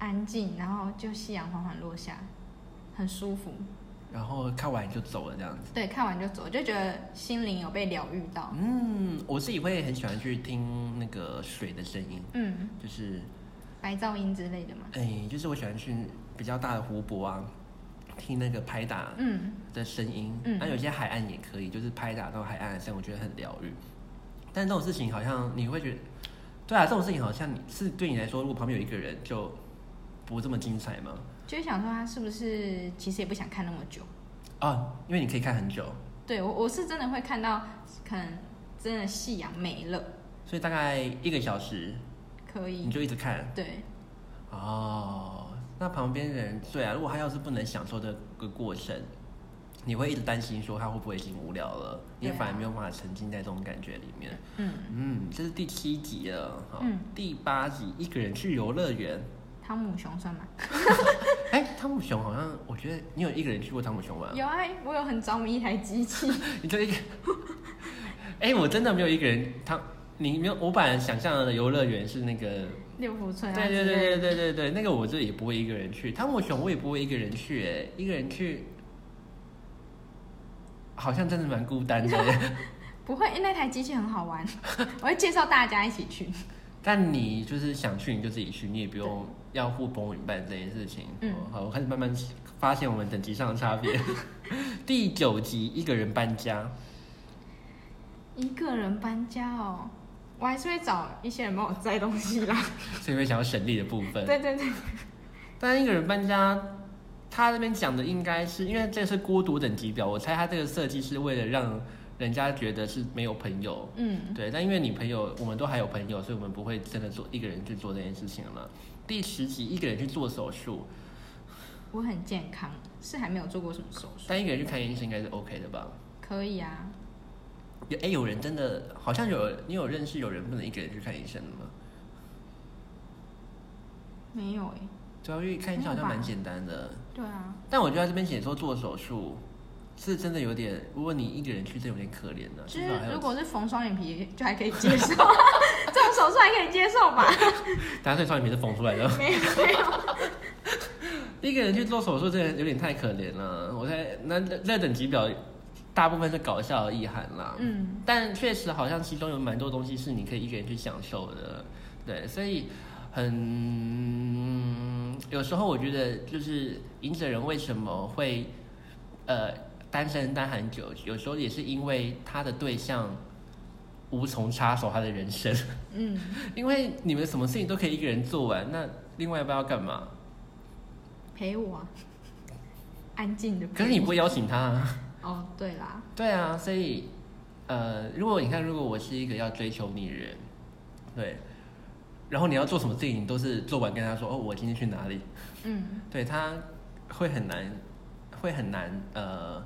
B: 安静，然后就夕阳缓缓落下，很舒服。
A: 然后看完就走了这样子。
B: 对，看完就走，就觉得心灵有被疗愈到。
A: 嗯，我自己会很喜欢去听那个水的声音，
B: 嗯，
A: 就是
B: 白噪音之类的嘛。
A: 哎、就是我喜欢去比较大的湖泊啊，听那个拍打
B: 嗯
A: 的声音，
B: 嗯
A: 那有些海岸也可以，就是拍打到海岸的声音，我觉得很疗愈。但这种事情好像你会觉得，对啊，这种事情好像你是对你来说，如果旁边有一个人，就不这么精彩吗？
B: 就会想说他是不是其实也不想看那么久。
A: 啊，因为你可以看很久，
B: 对我我是真的会看到，可能真的夕阳没了，
A: 所以大概一个小时
B: 可
A: 你
B: 以。
A: 就一直看
B: 对，
A: 哦。那旁边的人对啊，如果他要是不能享受这个过程，你会一直担心说他会不会已经无聊了，你
B: 对啊
A: 反而没有办法沉浸在这种感觉里面。
B: 嗯，
A: 嗯，这是第七集了。好，
B: 嗯
A: 第八集一个人去游乐园。
B: 汤姆熊算吗？
A: 哎、汤姆熊好像，我觉得你有一个人去过汤姆熊玩，
B: 有啊，我有很着迷一台机器。
A: 你就一个。 哎、我真的没有一个人，汤，你没有，我本来想象的游乐园是那个，
B: 六福村啊
A: 对对
B: 之
A: 对
B: 类
A: 对
B: 的
A: 对对对，那个我这也不会一个人去，汤姆熊我也不会一个人去、哎，一个人去，好像真的蛮孤单的、
B: 不会，那台机器很好玩， 我会介绍大家一起去。
A: 但你就是想去你就自己去，你也不用要互帮我办这件事情。
B: 嗯
A: 哦好，我开始慢慢发现我们等级上的差别。 第九集一个人搬家，
B: 一个人搬家哦，我还是会找一些人帮我载东西 啦。
A: 所以会想要省力的部分。
B: 对对对，
A: 但一个人搬家，他这边讲的应该是因为这是孤独等级表，我猜他这个设计是为了让人家觉得是没有朋友。
B: 嗯，
A: 对，但因为你朋友，我们都还有朋友，所以我们不会真的做一个人去做这件事情了。第十集一个人去做手术，
B: 我很健康，是还没有做过什么手术，
A: 但一个人去看医生应该是 OK 的吧？
B: 可以啊。
A: 有哎、有人真的好像有，你有认识有人不能一个人去看医生的吗？
B: 没有哎、
A: 对啊，因为看医生好像
B: 没有吧
A: 蛮简单的。
B: 对啊，
A: 但我觉得这边写说做手术是真的有点，如果你一个人去，真有点可怜的、
B: 就
A: 至少还
B: 是如
A: 有
B: 果是缝双眼皮就还可以接受，这 种手术还可以接受吧？
A: 打碎双眼皮是缝出来的。
B: 没有 没有，
A: 一个人去做手术，真的有点太可怜了。我在那那等级表，大部分是搞笑的意涵啦。
B: 嗯，
A: 但确实好像其中有蛮多东西是你可以一个人去享受的，对，所以很有时候我觉得就是隐者人为什么会呃单身单很久，有时候也是因为他的对象无从插手他的人生，
B: 嗯，
A: 因为你们什么事情都可以一个人做完，那另外一半要干嘛？
B: 陪我、啊，安静的。
A: 可是你不会邀请他、啊，
B: 哦，对啦，
A: 对啊，所以呃，如果你看，如果我是一个要追求你的人，对，然后你要做什么事情，你都是做完跟他说哦，我今天去哪里，
B: 嗯，
A: 对他会很难，会很难呃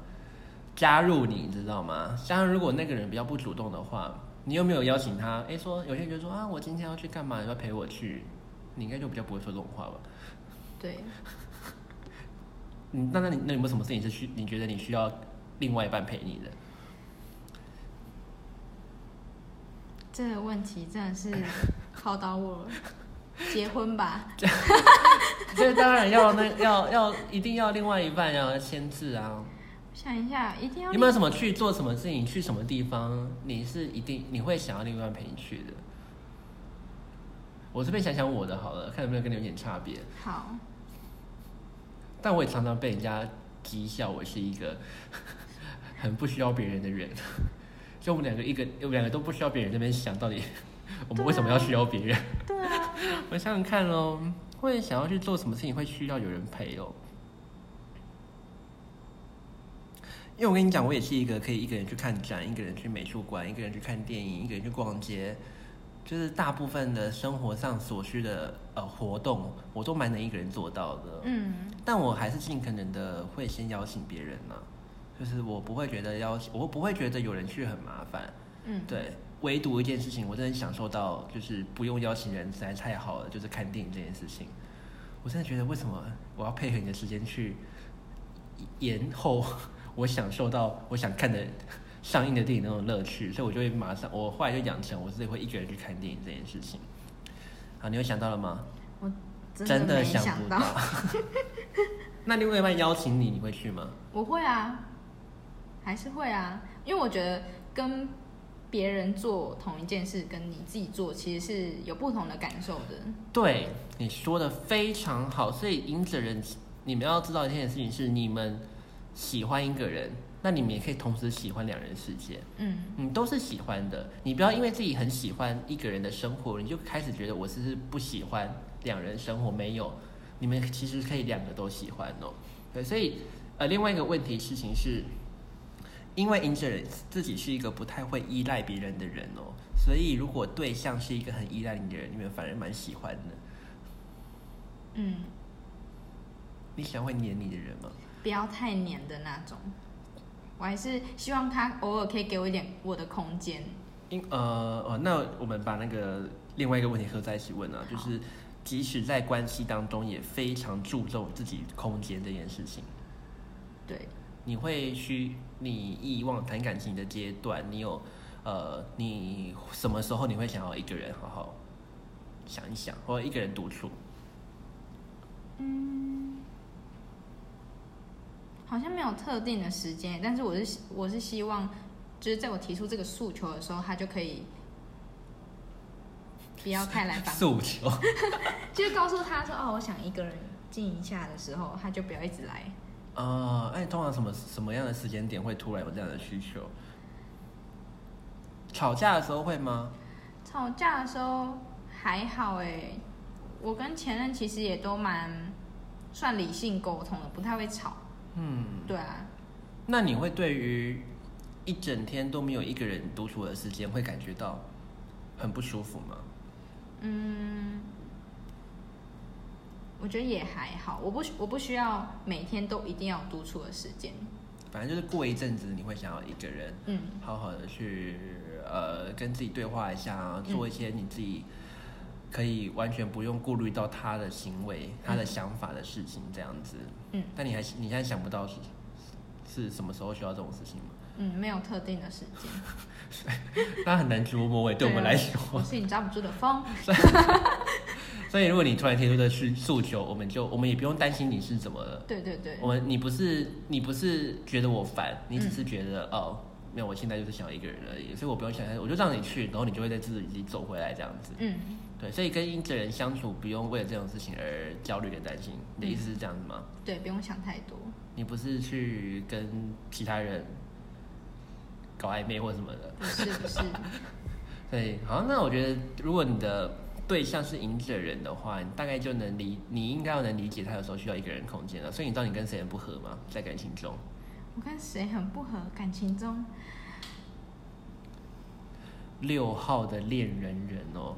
A: 加入你，你知道吗？加上如果那个人比较不主动的话，你又没有邀请他，诶，说有些人就说啊，我今天要去干嘛，你要陪我去，你应该就比较不会说这种话吧？
B: 对，
A: 嗯，那那你那有没有什么事情是需你觉得你需要另外一半陪你的？
B: 这个问题真的是考倒我了。结婚吧，
A: 这当然要那要要一定要另外一半要签字啊！
B: 想一下，一定要
A: 你有没有什么去做什么事情去什么地方，你是一定你会想要另外一半陪你去的？我这边想想我的好了，看有没有跟你有点差别。
B: 好，
A: 但我也常常被人家讥笑我是一个 很不需要别人的人， 就我们两个一个我们两个都不需要别人，这边想到底 我们为什么要需要别人？
B: 对啊，
A: 我想想看哦，会想要去做什么事情会需要有人陪哦？因为我跟你讲，我也是一个可以一个人去看展，一个人去美术馆，一个人去看电影，一个人去逛街，就是大部分的生活上所需的呃活动，我都蛮能一个人做到的。
B: 嗯，
A: 但我还是尽可能的会先邀请别人呢、就是我不会觉得邀请，我不会觉得有人去很麻烦。
B: 嗯，
A: 对，唯独一件事情，我真的享受到，就是不用邀请人实在太好了，就是看电影这件事情。我真的觉得，为什么我要配合你的时间去延后 我享受到我想看的上映的电影那种乐趣？所以我就会马上，我后来就养成我自己会一个人去看电影这件事情。好，你有想到了吗？
B: 真
A: 的
B: 没
A: 想不
B: 到，。
A: 那另外一半邀请你，你会去吗？
B: 我会啊，还是会啊，因为我觉得跟别人做同一件事，跟你自己做其实是有不同的感受的。
A: 对，你说的非常好。所以影者人，你们要知道一件事情是，你们喜欢一个人，那你们也可以同时喜欢两人世界，
B: 嗯，
A: 你都是喜欢的。你不要因为自己很喜欢一个人的生活，你就开始觉得我是不是不喜欢两人生活。没有，你们其实可以两个都喜欢哦。对，所以呃，另外一个问题事情是，因为 i n s u r a n 自己是一个不太会依赖别人的人哦，所以如果对象是一个很依赖你的人，你们反而蛮喜欢的。
B: 嗯，
A: 你喜欢会黏你的人吗？
B: 不要太黏的那种。我还是希望他偶尔可以给我一点我的空间。
A: 因呃哦，那我们把那个另外一个问题合在一起问啊，
B: 好
A: 就是即使在关系当中，也非常注重自己空间这件事情。
B: 对，
A: 你会需你以往谈感情的阶段，你有呃，你什么时候你会想要一个人好好想一想，或者一个人独处？
B: 好像没有特定的时间，但是我是我是希望，就是在我提出这个诉求的时候，他就可以不要太来烦 我。
A: 诉求。
B: 就是告诉他说哦，我想一个人静一下的时候，他就不要一直来。
A: 啊，哎，通常什么什么样的时间点会突然有这样的需求？吵架的时候会吗？
B: 吵架的时候还好哎，我跟前任其实也都蛮算理性沟通的，不太会吵。
A: 嗯。
B: 对啊，
A: 那你会对于一整天都没有一个人独处的时间，会感觉到很不舒服吗？
B: 嗯，我觉得也还好，我不我不需要每天都一定要有独处的时间。
A: 反正就是过一阵子，你会想要一个人
B: 嗯，
A: 好好的去呃跟自己对话一下，
B: 嗯
A: 做一些你自己可以完全不用顾虑到他的行为、他的想法的事情，这样子。
B: 嗯。
A: 但你还你现在想不到是是什么时候需要这种事情 吗？
B: 嗯，没有特定的时间。
A: 那很难捉摸诶，对我们来说。
B: 我是你抓不住的风。
A: 所以如果你突然提出的是诉求，我们就我们也不用担心你是怎么了。
B: 对对对，
A: 我们你不是你不是觉得我烦，你只是觉得、哦，没有，我现在就是想要一个人而已，所以我不用想太多，我就让你去，然后你就会在自己走回来这样子。
B: 嗯，
A: 对，所以跟英子人相处不用为了这种事情而焦虑跟担心。你的意思是这样子吗？
B: 对，不用想太多。
A: 你不是去跟其他人搞暧昧或什么的？
B: 不是不是，
A: 对，好，那我觉得如果你的对象是影者人的话，你大概就能理，你应该要能理解他有时候需要一个人空间了。所以你知道你跟谁人不合吗？在感情中，
B: 我跟谁很不合，感情中。
A: 六号的恋人人哦，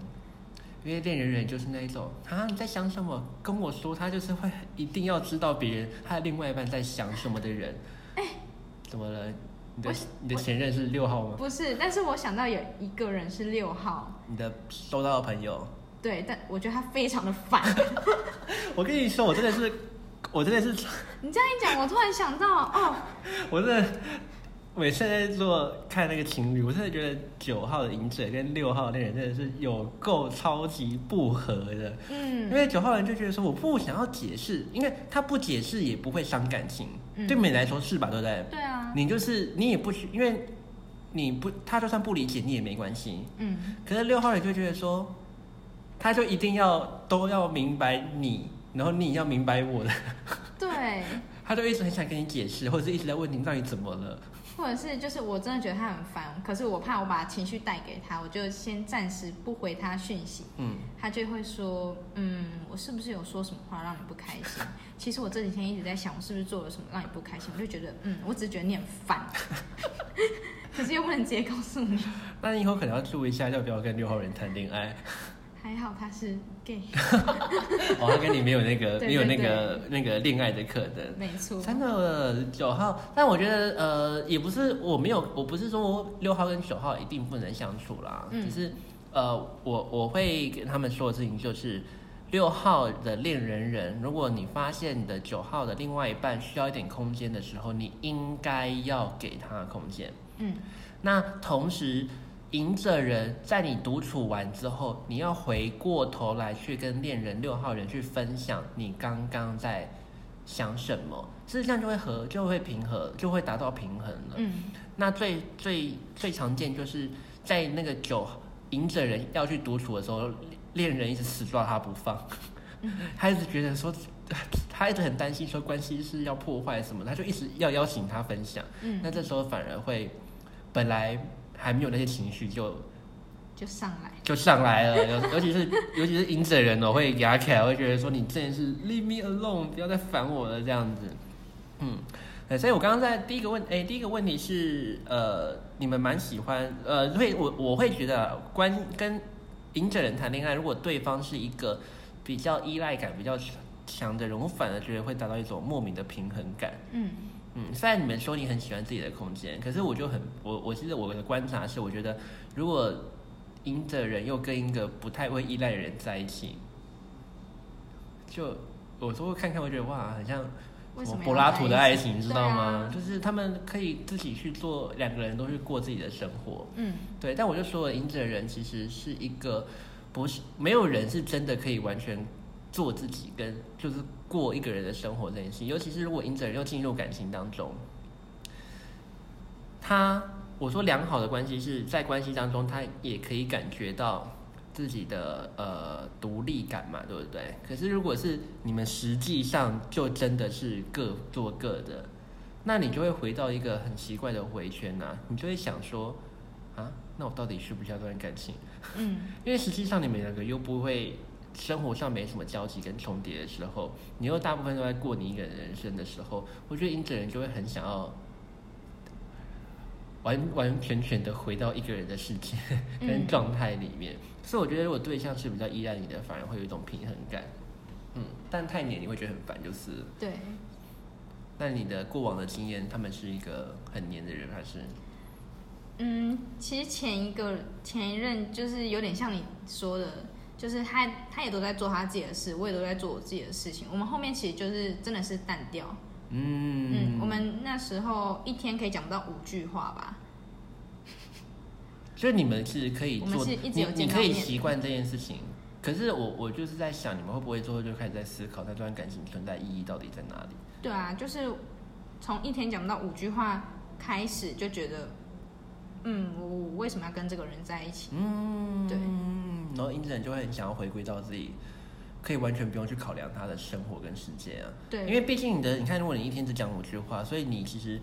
A: 因为恋人人就是那一种啊，你在想什么？跟我说，他就是会一定要知道别人他的另外一半在想什么的人。怎么了？你的
B: 我
A: 你的前任是六号吗？
B: 不是，但是我想到有一个人是六号，
A: 你的收到的朋友，
B: 对，但我觉得他非常的烦。
A: 我跟你说，我真的是，我真的是，
B: 你这样一讲，我突然想到，哦，
A: 我真的，每次在做看那个情侣，我真的觉得九号的隐者跟六号的恋人真的是有够超级不合的。因
B: 嗯，
A: 为九号人就觉得说我不想要解释，因为他不解释也不会伤感情，
B: 嗯
A: 对美来说是吧？对不对？
B: 对啊，
A: 你就是你也不需，因为你不他就算不理解你也没关系。
B: 嗯，
A: 可是六号人就觉得说，他就一定要都要明白你，然后你要明白我的，
B: 对，
A: 他就一直很想跟你解释，或者是一直在问你到底怎么了。
B: 或者是就是我真的觉得他很烦，可是我怕我把情绪带给他，我就先暂时不回他讯息，
A: 嗯，
B: 他就会说，嗯，我是不是有说什么话让你不开心？其实我这几天一直在想，我是不是做了什么让你不开心？我就觉得，嗯，我只是觉得你很烦， 可是又不能直接告诉你。
A: 那你以后可能要注意一下，要不要跟六号人谈恋爱。
B: 还好他是 gay，
A: 哦，他跟你没有那个
B: 对对
A: 没有那个那个恋爱的可能。
B: 没 错，
A: 真的呃九号，但我觉得呃，也不是我没有，我不是说六号跟九号一定不能相处啦，
B: 嗯
A: 只是呃，我我会跟他们说的事情就是，六号的恋人人，如果你发现你的九号的另外一半需要一点空间的时候，你应该要给他空间。
B: 嗯，
A: 那同时，赢者人在你独处完之后，你要回过头来去跟恋人六号人去分享你刚刚在想什么，事实上就会和就会平和，就会达到平衡了。
B: 嗯，
A: 那最最最常见就是在那个酒赢者人要去独处的时候，恋人一直死抓他不放，他一直觉得说，他一直很担心说关系是要破坏什么，他就一直要邀请他分享。
B: 嗯，
A: 那这时候反而会，本来还没有那些情绪就
B: 就上来，
A: 就上来了，尤尤其是 尤其是赢者人哦，会给他起来，会觉得说你真的是 leave me alone，不要再烦我了这样子。嗯，对，所以我刚刚在第一个问，哎、第一个问题是，呃，你们蛮喜欢，呃，会我我会觉得关跟赢者人谈恋爱，如果对方是一个比较依赖感比较强的人，我反而觉得会达到一种莫名的平衡感。
B: 嗯
A: 嗯，虽然你们说你很喜欢自己的空间，可是我就很我我其实我的观察是，我觉得如果赢的人又跟一个不太会依赖的人在一起，就有时候看看会觉得哇，很像
B: 为
A: 什
B: 什
A: 么
B: 么
A: 柏拉图的爱
B: 要在一起
A: 情，你知道吗？
B: 对啊
A: 就是他们可以自己去做，两个人都去过自己的生活。
B: 嗯
A: 对，但我就说了，赢者人其实是一个不是没有人是真的可以完全做自己跟就是过一个人的生活这件事情，尤其是如果赢者人又进入感情当中，他我说良好的关系是在关系当中，他也可以感觉到自己的呃独立感嘛，对不对？可是如果是你们实际上就真的是各做各的，那你就会回到一个很奇怪的回圈呐、你就会想说啊，那我到底需不需要这段感情？
B: 嗯
A: 因为实际上你们两个又不会生活上没什么交集跟重叠的时候，你又大部分都在过你一个人的人生的时候，我觉得因此人就会很想要完完全全的回到一个人的世 界跟
B: 嗯
A: 状态里面。所以我觉得如果对象是比较依赖你的，反而会有一种平衡感。嗯，但太黏你会觉得很烦，就是了。
B: 对，
A: 那你的过往的经验，他们是一个很黏的人，还是？
B: 嗯，其实前一个前一任就是有点像你说的，就是他他也都在做他自己的事，我也都在做我自己的事情。我们后面其实就是真的是淡掉，嗯，
A: 嗯
B: 我们那时候一天可以讲不到五句话吧，
A: 所以你们是可以
B: 我们
A: 做，
B: 是一直有
A: 你你
B: 见到
A: 可以
B: 面
A: 习惯这件事情。可是我我就是在想，你们会不会之后就开始在思考那段感情存在意义到底在哪里？
B: 对啊，就是从一天讲不到五句话开始，就觉得，嗯，我我为什么要跟这个人在一起？
A: 嗯，
B: 对。
A: 然后因此人就会很想要回归到自己，可以完全不用去考量他的生活跟世界啊。
B: 对，
A: 因为毕竟你的，你看，如果你一天只讲五句话，所以你其实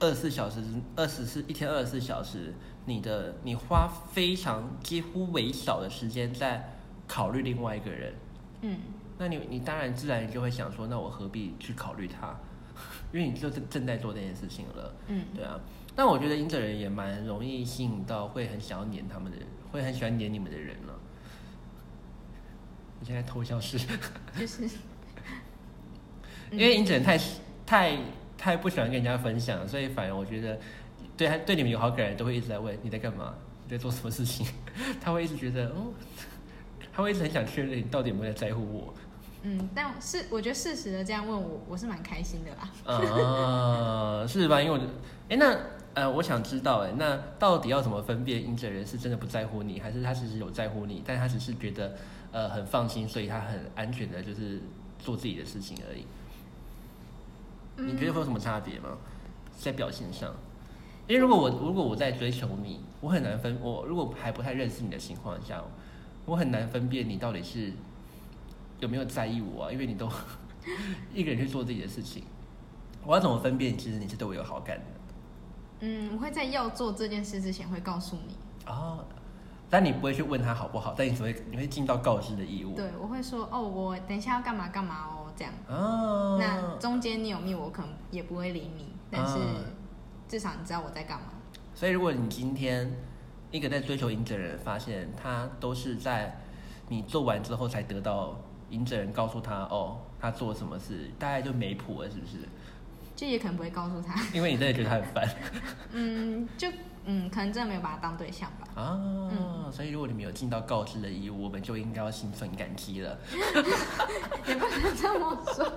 A: 二十四小时、二十四一天二十四小时，你的你花非常几乎微少的时间在考虑另外一个人。
B: 嗯，
A: 那你你当然自然就会想说，那我何必去考虑他？ 因为你就是正在做这件事情了，
B: 嗯，
A: 对啊。但我觉得赢者人也蛮容易吸引到会很想要黏他们的人，会很喜欢黏你们的人了、啊我现在偷笑是，
B: 就是 嗯
A: 因为影子人太太太不喜欢跟人家分享，所以反而我觉得对他对你们有好感的人都会一直在问你在干嘛，你在做什么事情， 他会一直觉得哦，他会一直很想确认你到底有没有在在乎我。
B: 嗯，但是我觉得适时的这样问我，我是蛮开心的啦。
A: 啊，是吧？因为我，哎，那呃，我想知道，哎，那到底要怎么分辨赢者人是真的不在乎你，还是他其实有在乎你，但他只是觉得呃很放心，所以他很安全的，就是做自己的事情而已。你觉得会有什么差别吗？在表现上，因为如果我如果我在追求你，我很难分我如果还不太认识你的情况下，我很难分辨你到底是有没有在意我啊，因为你都 一个人去做自己的事情。我要怎么分辨其实你是对我有好感的？
B: 嗯，我会在要做这件事之前会告诉你，
A: 哦，但你不会去问他好不好，但你只会你会尽到告知的义务。
B: 对我会说哦，我等一下要干嘛干嘛哦，这样。
A: 哦，
B: 那中间你有密，我可能也不会理你，但是至少你知道我在干嘛。
A: 所以，如果你今天一个在追求赢者人，发现他都是在你做完之后才得到赢者人告诉他哦，他做了什么事，大概就没谱了，是不是？
B: 就也可能不会告诉他，
A: 因为你真的觉得他很烦
B: 嗯，就嗯，可能真的没有把他当对象吧。
A: 啊。所以，如果你们有尽到告知的义务，我们就应该要心存感激了。
B: 也不能这么说。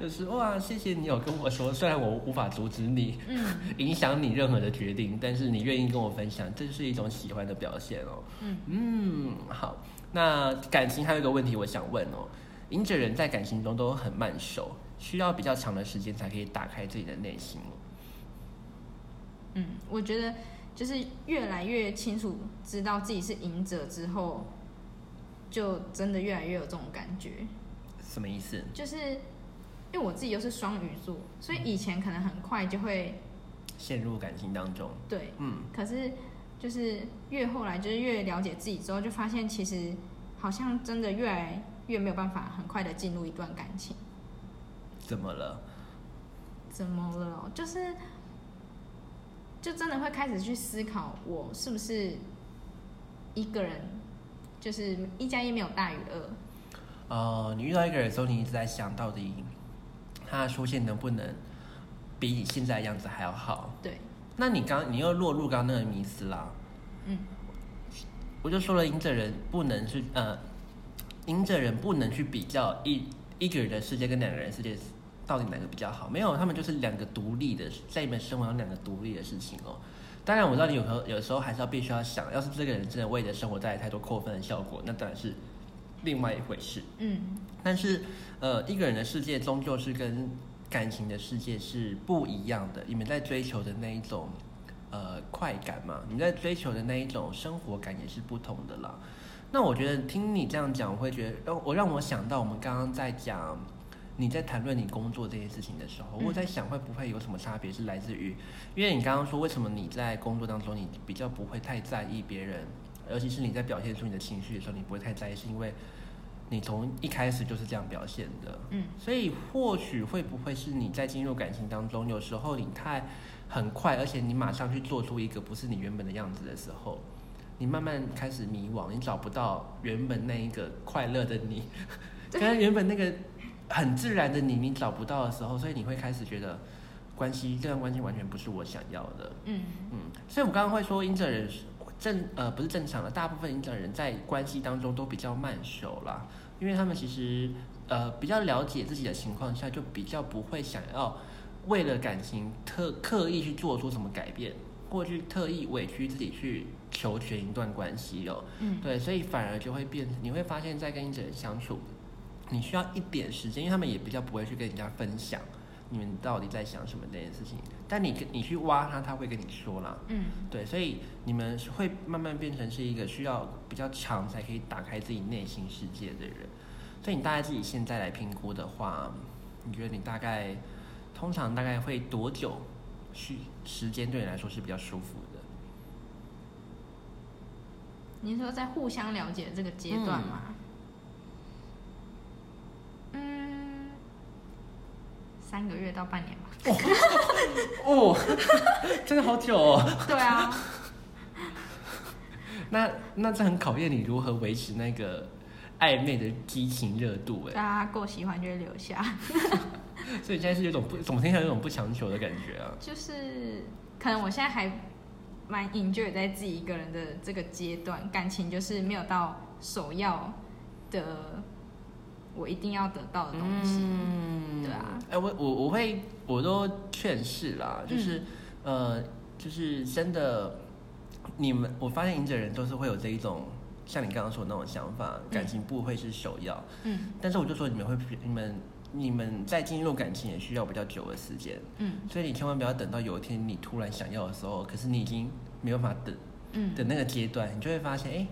A: 就是哇，谢谢你有跟我说，虽然我无法阻止你，
B: 嗯
A: 影响你任何的决定，但是你愿意跟我分享，这是一种喜欢的表现哦。
B: 嗯
A: 嗯，好。那感情还有一个问题，我想问哦，赢者人在感情中都很慢熟，需要比较长的时间才可以打开自己的内心哦。
B: 嗯，我觉得就是越来越清楚知道自己是赢者之后，就真的越来越有这种感觉。
A: 什么意思？
B: 就是因为我自己又是双鱼座，所以以前可能很快就会
A: 陷入感情当中，
B: 对，
A: 嗯，
B: 可是就是越后来就是越了解自己之后，就发现其实好像真的越来越没有办法很快的进入一段感情。
A: 怎么了？
B: 怎么了哦？就是，就真的会开始去思考，我是不是一个人，就是一加一没有大于二。
A: 呃，你遇到一个人的时候，你一直在想到底他的出现能不能比你现在的样子还要好？
B: 对，
A: 那你刚你又落入刚刚那个迷思啦。
B: 嗯，
A: 我就说了，赢者人不能去呃，赢者人不能去比较一一个人的世界跟两个人的世界到底哪个比较好。没有，他们就是两个独立的，在你们生活中两个独立的事情哦。当然，我知道你有时候有时候还是要必须要想，要是这个人真的为你的生活带来太多扣分的效果，那当然是另外一回事。
B: 嗯
A: 但是，呃，一个人的世界终究是跟感情的世界是不一样的。你们在追求的那一种，呃，快感嘛，你们在追求的那一种生活感也是不同的啦。那我觉得听你这样讲，我会觉得让我让我想到我们刚刚在讲你在谈论你工作这件事情的时候，
B: 嗯
A: 我在想会不会有什么差别是来自于，因为你刚刚说为什么你在工作当中你比较不会太在意别人，尤其是你在表现出你的情绪的时候，你不会太在意，是因为你从一开始就是这样表现的。
B: 嗯
A: 所以或许会不会是你在进入感情当中，有时候你太很快，而且你马上去做出一个不是你原本的样子的时候，你慢慢开始迷惘，你找不到原本那一个快乐的你，跟原本那个很自然的你，你找不到的时候，所以你会开始觉得关系这段关系完全不是我想要的。
B: 嗯
A: 嗯，所以我刚刚会说，因者人正呃不是正常的，大部分因者人在关系当中都比较慢熟啦，因为他们其实呃比较了解自己的情况下，就比较不会想要为了感情特刻意去做出什么改变，或去特意委屈自己去求全一段关系哦。
B: 嗯
A: 对，所以反而就会变，你会发现在跟一者人相处，你需要一点时间，因为他们也比较不会去跟人家分享你们到底在想什么这件事情。但你跟你去挖他，他会跟你说啦。
B: 嗯
A: 对，所以你们是会慢慢变成是一个需要比较长才可以打开自己内心世界的人。所以你大概自己现在来评估的话，你觉得你大概通常大概会多久去时间对你来说是比较舒服的？
B: 你是说在互相了解这个阶段吗？嗯，三个月到半年吧。
A: 哦， 真的好久哦。
B: 对啊，
A: 那那这很考验你如何维持那个暧昧的激情热度
B: 大
A: 哎，
B: 家够喜欢就会留下，
A: 所以现在是有种不怎么听起来有种不强求的感觉啊。
B: 就是可能我现在还蛮 enjoy 在自己一个人的这个阶段，感情就是没有到首要的我一定要得到的东西，
A: 嗯
B: 对啊。嗯
A: 哎、我我我会我都劝示啦，就是、呃，就是真的，你们我发现赢者人都是会有这一种。像你刚刚说的那种想法，感情不会是首要，
B: 嗯
A: 但是我就说你们会，你们你们在进入感情也需要比较久的时间，
B: 嗯
A: 所以你千万不要等到有一天你突然想要的时候，可是你已经没有办法等
B: 嗯，
A: 的那个阶段，你就会发现，哎、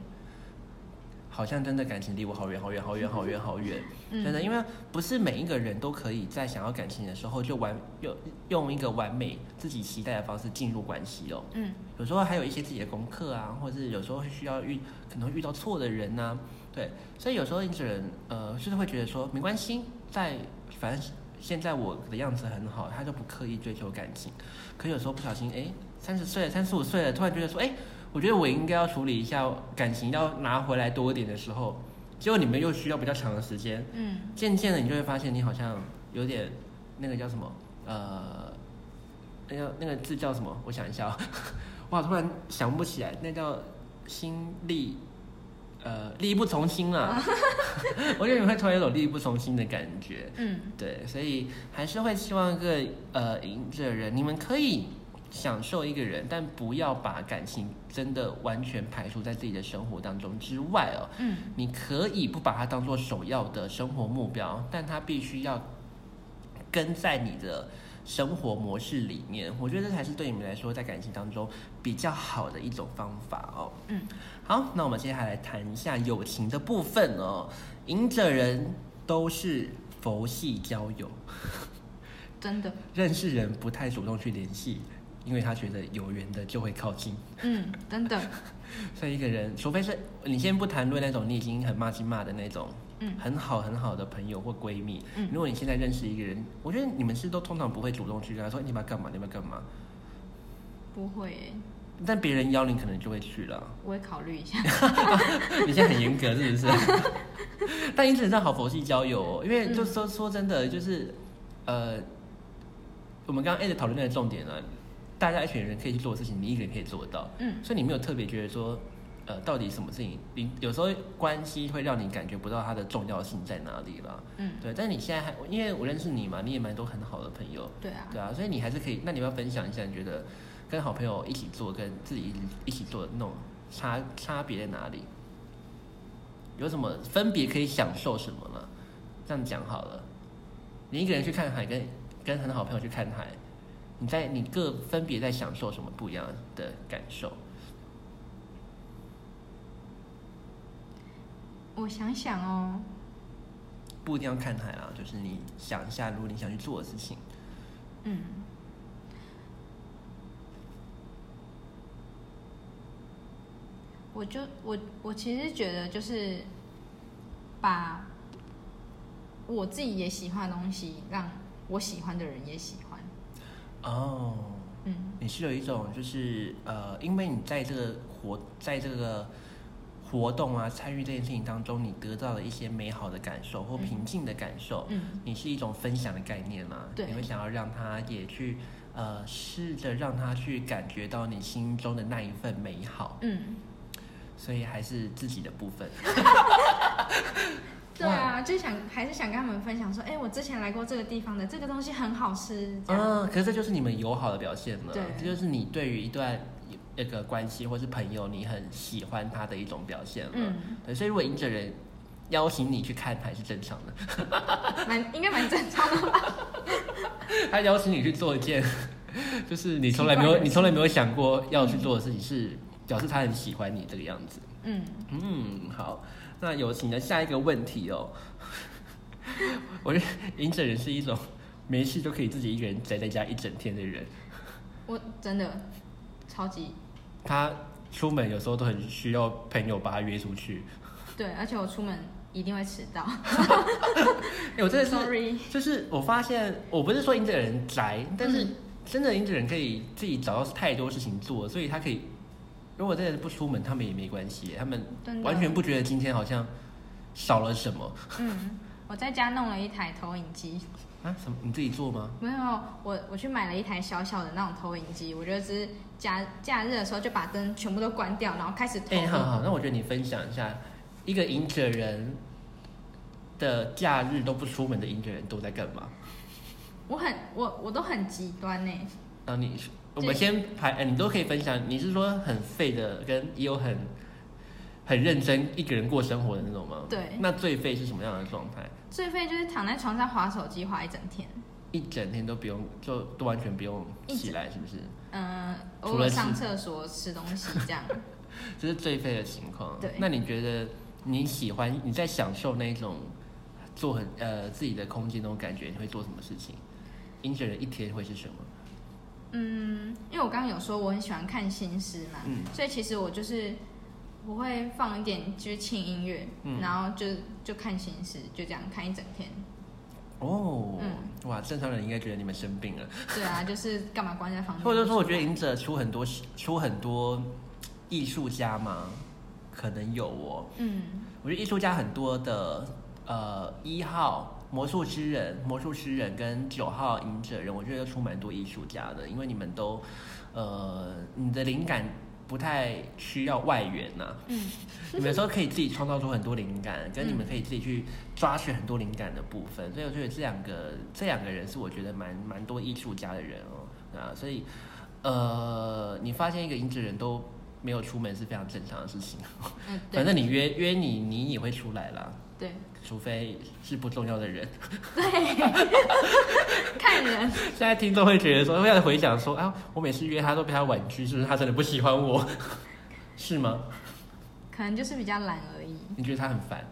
A: 好像真的感情离我好远好远好远好远好远，
B: 嗯
A: 真的，因为不是每一个人都可以在想要感情的时候就完用用一个完美自己期待的方式进入关系哦。
B: 嗯
A: 有时候还有一些自己的功课啊，或者是有时候会需要遇可能会遇到错的人呐、啊对，所以有时候你只能呃，就是会觉得说没关系，在反正现在我的样子很好，他就不刻意追求感情。可有时候不小心，哎，三十岁了，三十五岁了，突然觉得说，哎，我觉得我应该要处理一下感情，要拿回来多一点的时候，结果你们又需要比较长的时间，
B: 嗯
A: 渐渐的，你就会发现你好像有点那个叫什么，呃，那叫那个字叫什么？我想一下、哦， 哇，突然想不起来，那叫心力，呃，力不从心啊。我觉得你会突然有种力不从心的感觉。
B: 嗯
A: 对，所以还是会希望各位呃赢者人，你们可以享受一个人，但不要把感情真的完全排除在自己的生活当中之外哦。
B: 嗯
A: 你可以不把它当做首要的生活目标，但它必须要跟在你的生活模式里面。我觉得这才是对你们来说在感情当中比较好的一种方法哦。
B: 嗯，
A: 好，那我们接下来谈一下友情的部分哦。赢者人都是佛系交友，
B: 真的，
A: 认识人不太主动去联系，因为他觉得有缘的就会靠近。
B: 嗯真的，
A: 所以一个人，除非是你先不谈论那种你已经很骂鸡骂的那种，
B: 嗯
A: 很好很好的朋友或闺蜜，
B: 嗯
A: 如果你现在认识一个人，我觉得你们是都通常不会主动去跟他说你要不要干嘛，你要不要干嘛，
B: 不会耶，
A: 但别人邀你可能就会去了。
B: 我会考虑 一下，
A: 你现在很严格是不是？ 但因此上好佛系交友、哦，因为就
B: 嗯
A: 说、说真的，就是呃，我们刚刚一直讨论那个重点呢、啊，大家一群人可以去做的事情，你一个人可以做到，
B: 嗯
A: 所以你没有特别觉得说，呃，到底什么事情，你有时候关系会让你感觉不到它的重要性在哪里了。
B: 嗯，
A: 对，但你现在还，因为我认识你嘛，你也蛮多很好的朋友，
B: 对啊，
A: 对啊，所以你还是可以。那你要不要分享一下，你觉得跟好朋友一起做跟自己一起一起做的那种差差别在哪里？有什么分别可以享受什么吗？这样讲好了，你一个人去看海跟跟很好朋友去看海，你在你各分别在享受什么不一样的感受？
B: 我想想哦，
A: 不一定要看海啦，就是你想一下，如果你想去做的事情，
B: 嗯，我就我我其实觉得就是把我自己也喜欢的东西，让我喜欢的人也喜欢。
A: 哦、
B: 嗯
A: 你是有一种就是呃，因为你在这个活在这个活动啊，参与这件事情当中，你得到了一些美好的感受或
B: 嗯
A: 平静的感受，
B: 嗯
A: 你是一种分享的概念嘛？
B: 对
A: 你会想要让他也去呃，试着让他去感觉到你心中的那一份美好，
B: 嗯，
A: 所以还是自己的部分。
B: 对啊，就想还是想跟他们分享说，哎、我之前来过这个地方的，这个东西很好吃，这样。
A: 嗯，可是这就是你们友好的表现了，
B: 对
A: 这就是你对于一段那个关系或是朋友，你很喜欢他的一种表现了。
B: 嗯，
A: 对，所以如果赢者人邀请你去看海是正常的，
B: 嗯蛮应该蛮正常的吧？
A: 他邀请你去做一件， 就是你从来没有你从来没有想过要去做的事情，是表示他很喜欢你这个样子。
B: 嗯，
A: 嗯，好，那友情的下一个问题哦， 我觉得赢者人是一种没事就可以自己一个人宅在家一整天的人，
B: 我真的超级
A: 他出门有时候都很需要朋友把他约出去。
B: 对，而且我出门一定会迟到。
A: 哎、我真的是
B: sorry，
A: 就是我发现，我不是说赢者人宅，但是
B: 嗯
A: 真的赢者人可以自己找到太多事情做，所以他可以，如果真的不出门，他们也没关系，他们
B: 真的
A: 完全不觉得今天好像少了什么
B: 嗯，我在家弄了一台投影机，
A: 啊？什么？你自己做吗？
B: 没有，我我去买了一台小小的那种投影机，我就只是假假日的时候就把灯全部都关掉，然后开始投
A: 哎、
B: 影。
A: 好好，那我觉得你分享一下，一个隐者人的假日都不出门的隐者人都在干嘛？
B: 我很我我都很极端欸呢、
A: 然后呃你，我们先排，哎、你都可以分享。你是说很废的，跟也有很很认真一个人过生活的那种吗？
B: 对，
A: 那最废是什么样的状态？
B: 最废就是躺在床上划手机划一整天。
A: 一整天都不用，就都完全不用
B: 一
A: 起
B: 整
A: 来，是不是？
B: 嗯、
A: 除了
B: 偶尔
A: 吃
B: 上厕所吃东西这 样。
A: 这是最废的情况。
B: 对
A: 那你觉得你喜欢你在享受那种做很呃自己的空间那种感觉，你会做什么事情？英选人一天会是什么？
B: 嗯，因为我刚刚有说我很喜欢看新诗嘛，
A: 嗯
B: 所以其实我就是我会放一点就是轻音乐，
A: 嗯
B: 然后就就看新诗，就这样看一整天。
A: 哦，
B: 嗯
A: 哇，正常人应该觉得你们生病了，
B: 对啊，就是干嘛关在房间？
A: 或者说，我觉得影者出很多出很多艺术家嘛，可能有哦。
B: 嗯，
A: 我觉得艺术家很多的，呃，一号魔术师人、魔术师人跟九号隐者人，我觉得都出蛮多艺术家的，因为你们都，呃，你的灵感不太需要外援呐、啊
B: 嗯，
A: 你 们有时候可以自己创造出很多灵感，跟你们
B: 嗯
A: 可以自己去抓取很多灵感的部分，所以我觉得这两个这两个人是我觉得蛮蛮多艺术家的人哦，啊，所以，呃，你发现一个隐者人都没有出门是非常正常的事情。
B: 嗯，对
A: 反正你约约你，你也会出来啦，
B: 对
A: 除非是不重要的人。
B: 对， 看人
A: 现在听众会觉得说，会在回想说啊，我每次约他都被他婉拒，是不是他真的不喜欢我？ 是吗？
B: 可能就是比较懒而已，
A: 你觉得他很烦？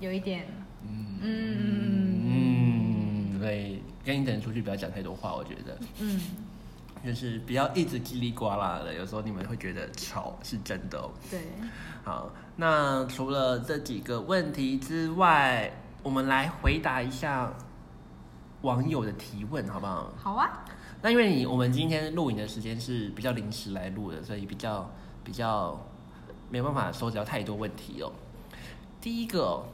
B: 有一点，嗯嗯
A: 嗯，所以跟你等人出去不要讲太多话，我觉得
B: 嗯，
A: 就是不要一直叽里呱啦的，有时候你们会觉得吵是真的哦。
B: 对，
A: 好，那除了这几个问题之外，我们来回答一下网友的提问，好不好？
B: 好啊，
A: 那因为你我们今天录影的时间是比较临时来录的，所以比较比较没办法收集到太多问题哦。第一个、哦，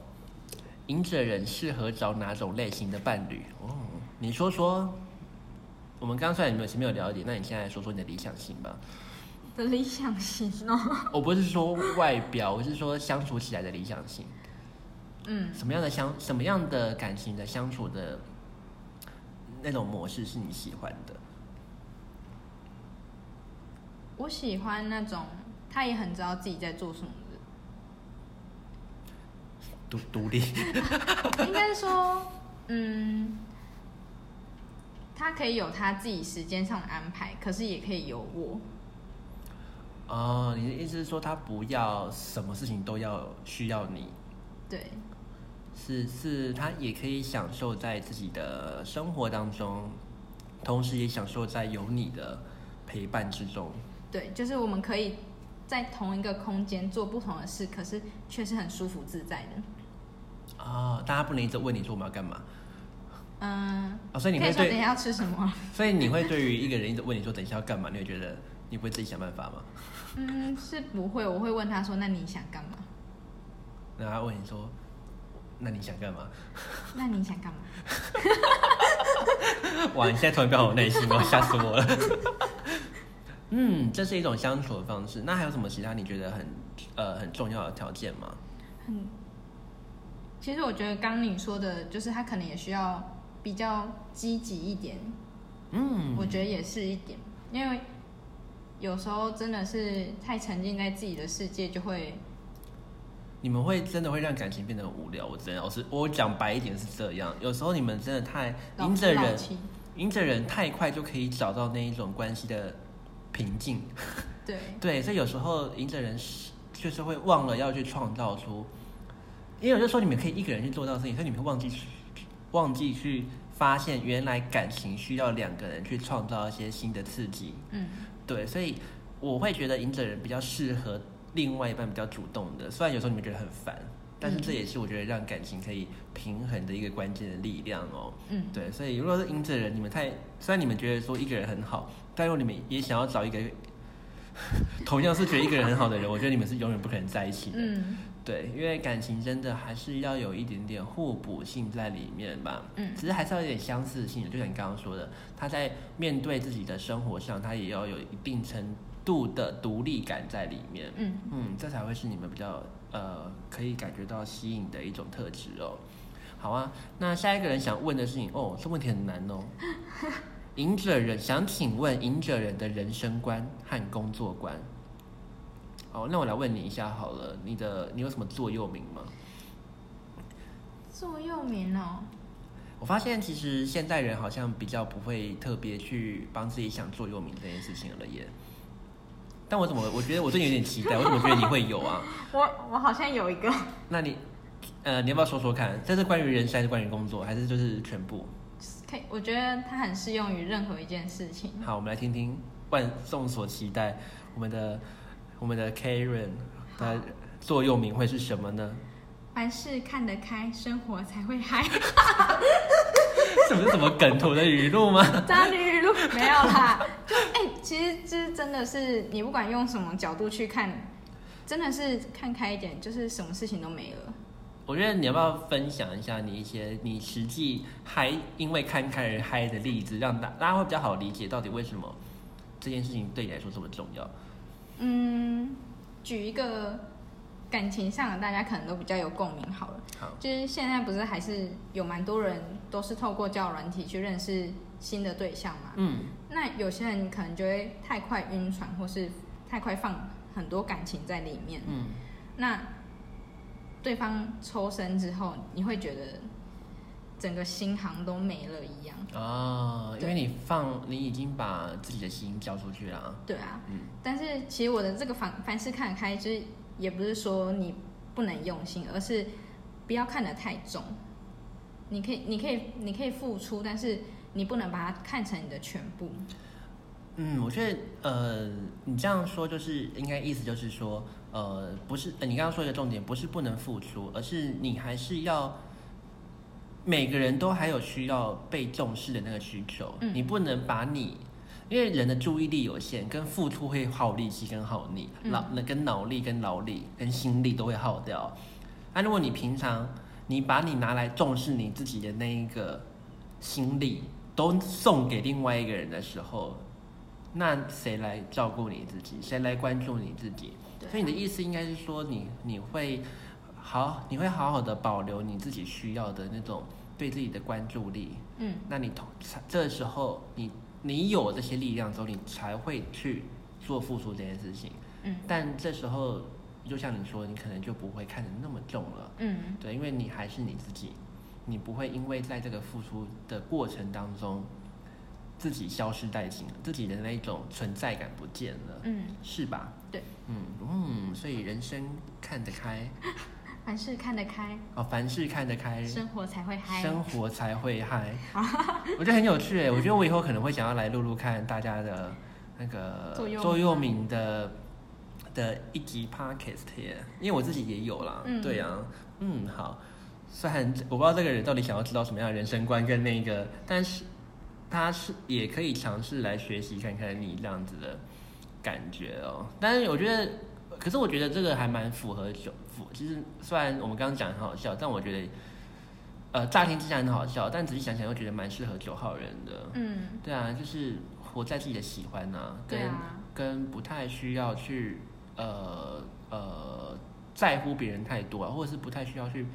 A: 隐者人适合找哪种类型的伴侣？哦，你说说。我们刚刚虽然没有前面有聊一点，那你现在说说你的理想型吧。
B: 的理想型哦，
A: 我不是说外表，我是说相处起来的理想型，
B: 嗯，
A: 什么样的相什么样的感情的相处的那种模式是你喜欢的？
B: 我喜欢那种他也很知道自己在做什么的。
A: 独独立，
B: 应该是说，嗯，他可以有他自己时间上的安排，可是也可以有我。
A: 哦，你的意思是说他不要什么事情都要需要你，
B: 对，
A: 是是，他也可以享受在自己的生活当中，同时也享受在有你的陪伴之中。
B: 对，就是我们可以在同一个空间做不同的事，可是却是很舒服自在的。
A: 哦，大家不能一直问你说我们要干嘛，
B: 嗯，
A: 哦，所以你
B: 可以
A: 会
B: 说等一
A: 对，
B: 下要吃什么？
A: 所以你会对于一个人一直问你说等一下要干嘛，你会觉得你不会自己想办法吗？
B: 嗯，是不会，我会问他说：“那你想干嘛？
A: 然后他问你说，那你想干嘛？
B: 那你想干嘛
A: 哇，你现在突然飙我内心哦，吓死我 了。嗯，这是一种相处的方式。那还有什么其他你觉得很呃很重要的条件吗？？”
B: 很，其实我觉得刚你说的，就是他可能也需要比较积极一点，
A: 嗯，
B: 我觉得也是一点，因为有时候真的是太沉浸在自己的世界，就会
A: 你们会真的会让感情变得很无聊。我真的，我是我讲白一点是这样，有时候你们真的太
B: 老
A: 赢着
B: 老
A: 人，
B: 气
A: 赢着人太快就可以找到那一种关系的平静。
B: 对，
A: 对，所以有时候赢着人是就是会忘了要去创造出，因为有些时候你们可以一个人去做到事情，可是你们会忘记去忘记去发现原来感情需要两个人去创造一些新的刺激。
B: 嗯
A: 对，所以我会觉得赢者人比较适合另外一半比较主动的，虽然有时候你们觉得很烦，但是这也是我觉得让感情可以平衡的一个关键的力量哦。
B: 嗯，
A: 对，所以如果是赢者人，你们太虽然你们觉得说一个人很好，但如果你们也想要找一个同样是觉得一个人很好的人，我觉得你们是永远不可能在一起的。
B: 嗯，
A: 对，因为感情真的还是要有一点点互补性在里面吧。
B: 嗯
A: 只是还是要有点相似性的，就像你刚刚说的，他在面对自己的生活上，他也要有一定程度的独立感在里面。
B: 嗯
A: 嗯，这才会是你们比较呃可以感觉到吸引的一种特质哦。好啊，那下一个人想问的事情哦，这问题很难哦。 赢者人想请问赢者人的人生观和工作观。好，那我来问你一下好了，你的你有什么座右铭吗？
B: 座右铭哦，
A: 我发现其实现代人好像比较不会特别去帮自己想座右铭这件事情了耶。但我怎么我觉得我对你有点期待，我怎么觉得你会有啊？
B: 我我好像有一个
A: 那你，呃，你要不要说说看？这是关于人生，还是关于工作，还是就是全部？
B: 可以，我觉得它很适用于任何一件事情。
A: 好，我们来听听万众所期待我们的我们的 Karen 的座右铭会是什么 呢？
B: 凡事看得开，生活才会 嗨。
A: 这不是什么梗图的语录吗？
B: 渣女语录没有啦，就哎、其实这真的是你不管用什么角度去看，真的是看开一点，就是什么事情都没了。
A: 我觉得你要不要分享一下你一些你实际嗨，因为看开而嗨的例子，让大大家会比较好理解到底为什么这件事情对你来说这么重要。
B: 嗯，举一个感情上的，大家可能都比较有共鸣好了。
A: 好，
B: 就是现在不是还是有蛮多人都是透过交友软体去认识新的对象嘛？
A: 嗯，
B: 那有些人可能就会太快晕船，或是太快放很多感情在里面。
A: 嗯，
B: 那对方抽身之后，你会觉得整个心行都没了一样。
A: 哦，因为你放，你已经把自己的心交出去了啊。
B: 对啊，
A: 嗯
B: 但是其实我的这个凡凡事看得开，就是也不是说你不能用心，而是不要看得太重。你可以，你可以，你可以付出，但是你不能把它看成你的全部。
A: 嗯，我觉得呃，你这样说就是应该意思就是说，呃，不是、呃你刚刚说一个重点，不是不能付出，而是你还是要每个人都还有需要被重视的那个需求，
B: 嗯
A: 你不能把你。因为人的注意力有限，跟付出会耗力气跟耗力，
B: 嗯
A: 脑、那跟脑力、跟劳力、跟心力都会耗掉。那、如果你平常你把你拿来重视你自己的那一个心力都送给另外一个人的时候，那谁来照顾你自己？谁来关注你自己？
B: 对啊
A: 所以你的意思应该是说你，你会好，你会好好的保留你自己需要的那种对自己的关注力。
B: 嗯，
A: 那你同这时候你你有这些力量之后，你才会去做付出这件事情。
B: 嗯，
A: 但这时候就像你说，你可能就不会看得那么重了。
B: 嗯，
A: 对，因为你还是你自己，你不会因为在这个付出的过程当中，自己消失殆尽了，自己的那一种存在感不见了，
B: 嗯，
A: 是吧？
B: 对，
A: 嗯嗯，所以人生看得开，
B: 凡事看得开，
A: 哦，凡事看得开，
B: 生活才会嗨。
A: 生活才会嗨。 我觉得很有趣诶，我觉得我以后可能会想要来录录看大家的那个
B: 座右铭
A: 座右铭的的一集 podcast 耶，因为我自己也有啦。
B: 嗯
A: 对啊，嗯，好。虽然我不知道这个人到底想要知道什么样的人生观跟那个，但是他是也可以尝试来学习看看你这样子的感觉哦。但是我觉得，可是我觉得这个还蛮符合九符。其实虽然我们刚刚讲很好笑，但我觉得，呃，乍听之下很好笑，但仔细想想又觉得蛮适合九号人的。
B: 嗯，
A: 对啊，就是活在自己的喜欢呐、跟、
B: 对啊，
A: 跟不太需要去呃呃在乎别人太多、啊，或者是不太需要去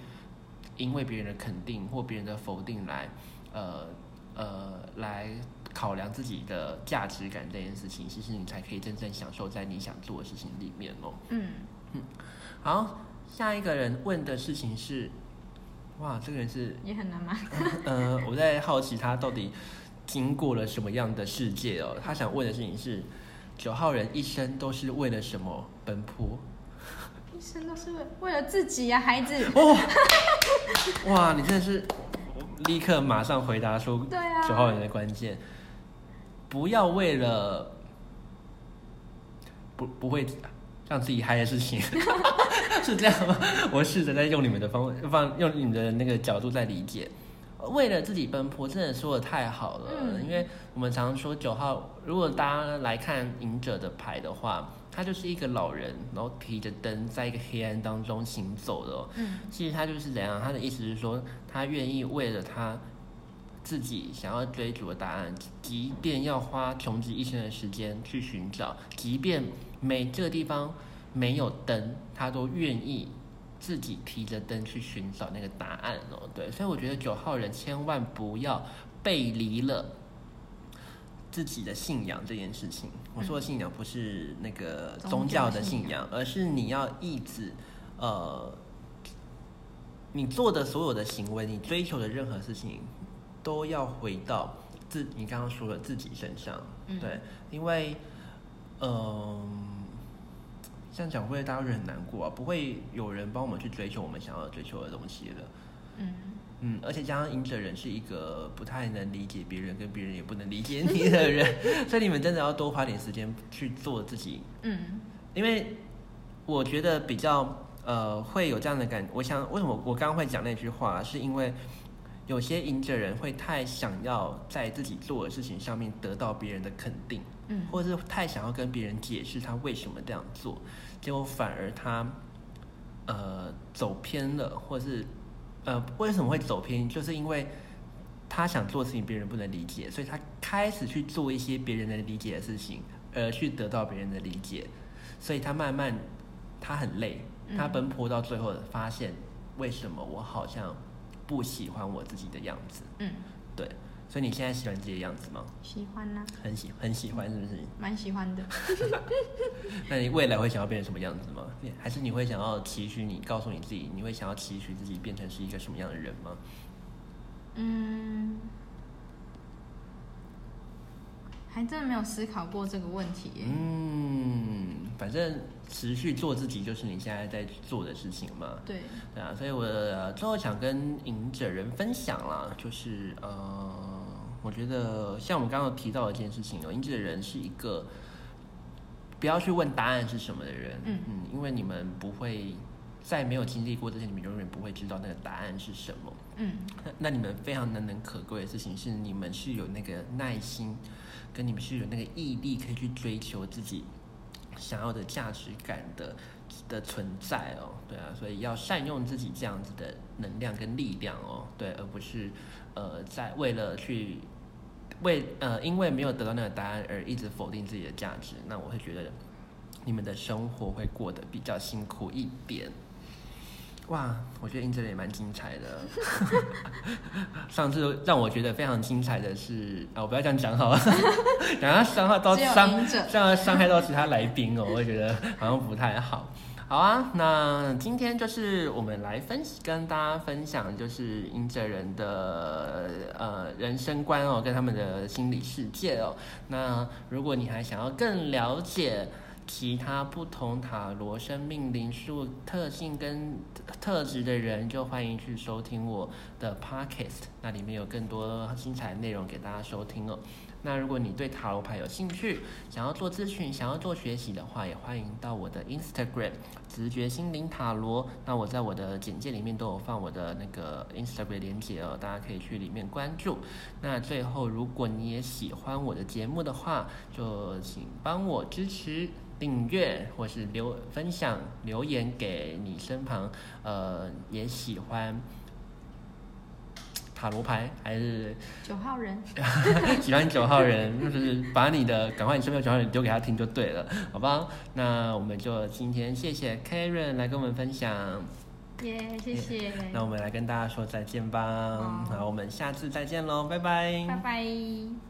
A: 因为别人的肯定或别人的否定来呃呃来考量自己的价值感这件事情，其实你才可以真正享受在你想做的事情里面哦。
B: 嗯，
A: 好，下一个人问的事情是，哇，这个人是
B: 也很难吗？
A: 呃，我在好奇他到底经过了什么样的世界哦。他想问的事情是，九号人一生都是为了什么奔波？
B: 一生都是为为了自己呀、啊，孩子。
A: 哦，哇，你真的是立刻马上回答出
B: 对啊
A: 九号人的关键，不要为了不不会让自己嗨的事 情，是这样吗？我试着在用你们的方方用你们的那个角度在理解。为了自己奔波，真的说的太好了。
B: 嗯
A: 因为我们常说九号，如果大家来看赢者的牌的话，他就是一个老人，然后提着灯在一个黑暗当中行走的、哦。
B: 嗯
A: 其实他就是怎样，他的意思是说，他愿意为了他自己想要追逐的答案，即便要花穷极一生的时间去寻找，即便没这个地方没有灯，他都愿意自己提着灯去寻找那个答案哦。对，所以我觉得九号人千万不要背离了。自己的信仰这件事情，我说的信仰不是那个宗
B: 宗
A: 教
B: 教
A: 的
B: 信
A: 信仰，而是你要一直，呃，你做的所有的行为，你追求的任何事情，都要回到自你刚刚说的自己身上。
B: 嗯
A: 对，因为，嗯、这样讲会不会大家会很难过啊？不会有人帮我们去追求我们想要追求的东西了。
B: 嗯，
A: 嗯，而且加上赢者人是一个不太能理解别人，跟别人也不能理解你的人， 所以你们真的要多花点时间去做自己
B: 嗯
A: 因为我觉得比较呃会有这样的感，我想为什么我刚刚会讲那句话，是因为有些赢者人会太想要在自己做的事情上面得到别人的肯定，
B: 嗯
A: 或者是太想要跟别人解释他为什么这样做，结果反而他呃走偏了，或是呃为什么会走偏，就是因为。他想做的事情别人不能理解，所以他开始去做一些别人能理解的事情，而去得到别人的理解，所以他慢慢他很累，
B: 嗯
A: 他奔波到最后发现为什么我好像不喜欢我自己的样子，
B: 嗯，
A: 对，所以你现在喜欢自己的样子吗？
B: 喜欢呢、
A: 很喜很喜欢是不是？
B: 蛮喜欢的。
A: 那你未来会想要变成什么样子吗？还是你会想要期许你告诉你自己，你会想要期许自己变成是一个什么样的人吗？
B: 嗯，还真的没有思考过这个问题耶。
A: 嗯，反正持续做自己就是你现在在做的事情嘛。
B: 对，
A: 对啊，所以我、呃最后想跟赢者人分享啦，就是呃，我觉得像我们刚刚有提到的一件事情哦，赢者人是一个不要去问答案是什么的人，
B: 嗯
A: 因为你们不会在没有经历过之前，你们永远不会知道那个答案是什么。
B: 嗯
A: 那 那你们非常难能可贵的事情是，你们是有那个耐心，跟你们是有那个毅力，可以去追求自己想要的价值感的的存在哦。对啊，所以要善用自己这样子的能量跟力量哦，对，而不是呃在为了去。为呃，因为没有得到那个答案而一直否定自己的价值，那我会觉得你们的生活会过得比较辛苦一点。哇，我觉得英哲也蛮精彩 的。上次让我觉得非常精彩的是啊，我不要这样讲好了， 然后伤害到
B: 嗯只有
A: 伤
B: 赢者
A: 这样伤害到其他来宾哦，我会觉得好像不太好。好啊，那今天就是我们来分析跟大家分享，就是英哲人的呃人生观哦，跟他们的心理世界哦。那如果你还想要更了解其他不同塔罗生命灵数特性跟特质的人，就欢迎去收听我的 podcast，那里面有更多精彩的内容给大家收听哦。那如果你对塔罗牌有兴趣，想要做咨询、想要做学习的话，也欢迎到我的 Instagram 直觉心灵塔罗。那我在我的简介里面都有放我的那个 Instagram 连接哦，大家可以去里面关注。那最后，如果你也喜欢我的节目的话，就请帮我支持。订阅或是留分享留言给你身旁，呃，也喜欢塔罗牌还是
B: 九号人，
A: 喜欢九号人，就是把你的赶快你身边的九号人丢给他听就对了，好吧？那我们就今天谢谢 Karen 来跟我们分享，
B: 耶、谢谢，
A: 那我们来跟大家说再见吧。
B: 好
A: 好，我们下次再见喽，拜拜
B: 拜拜。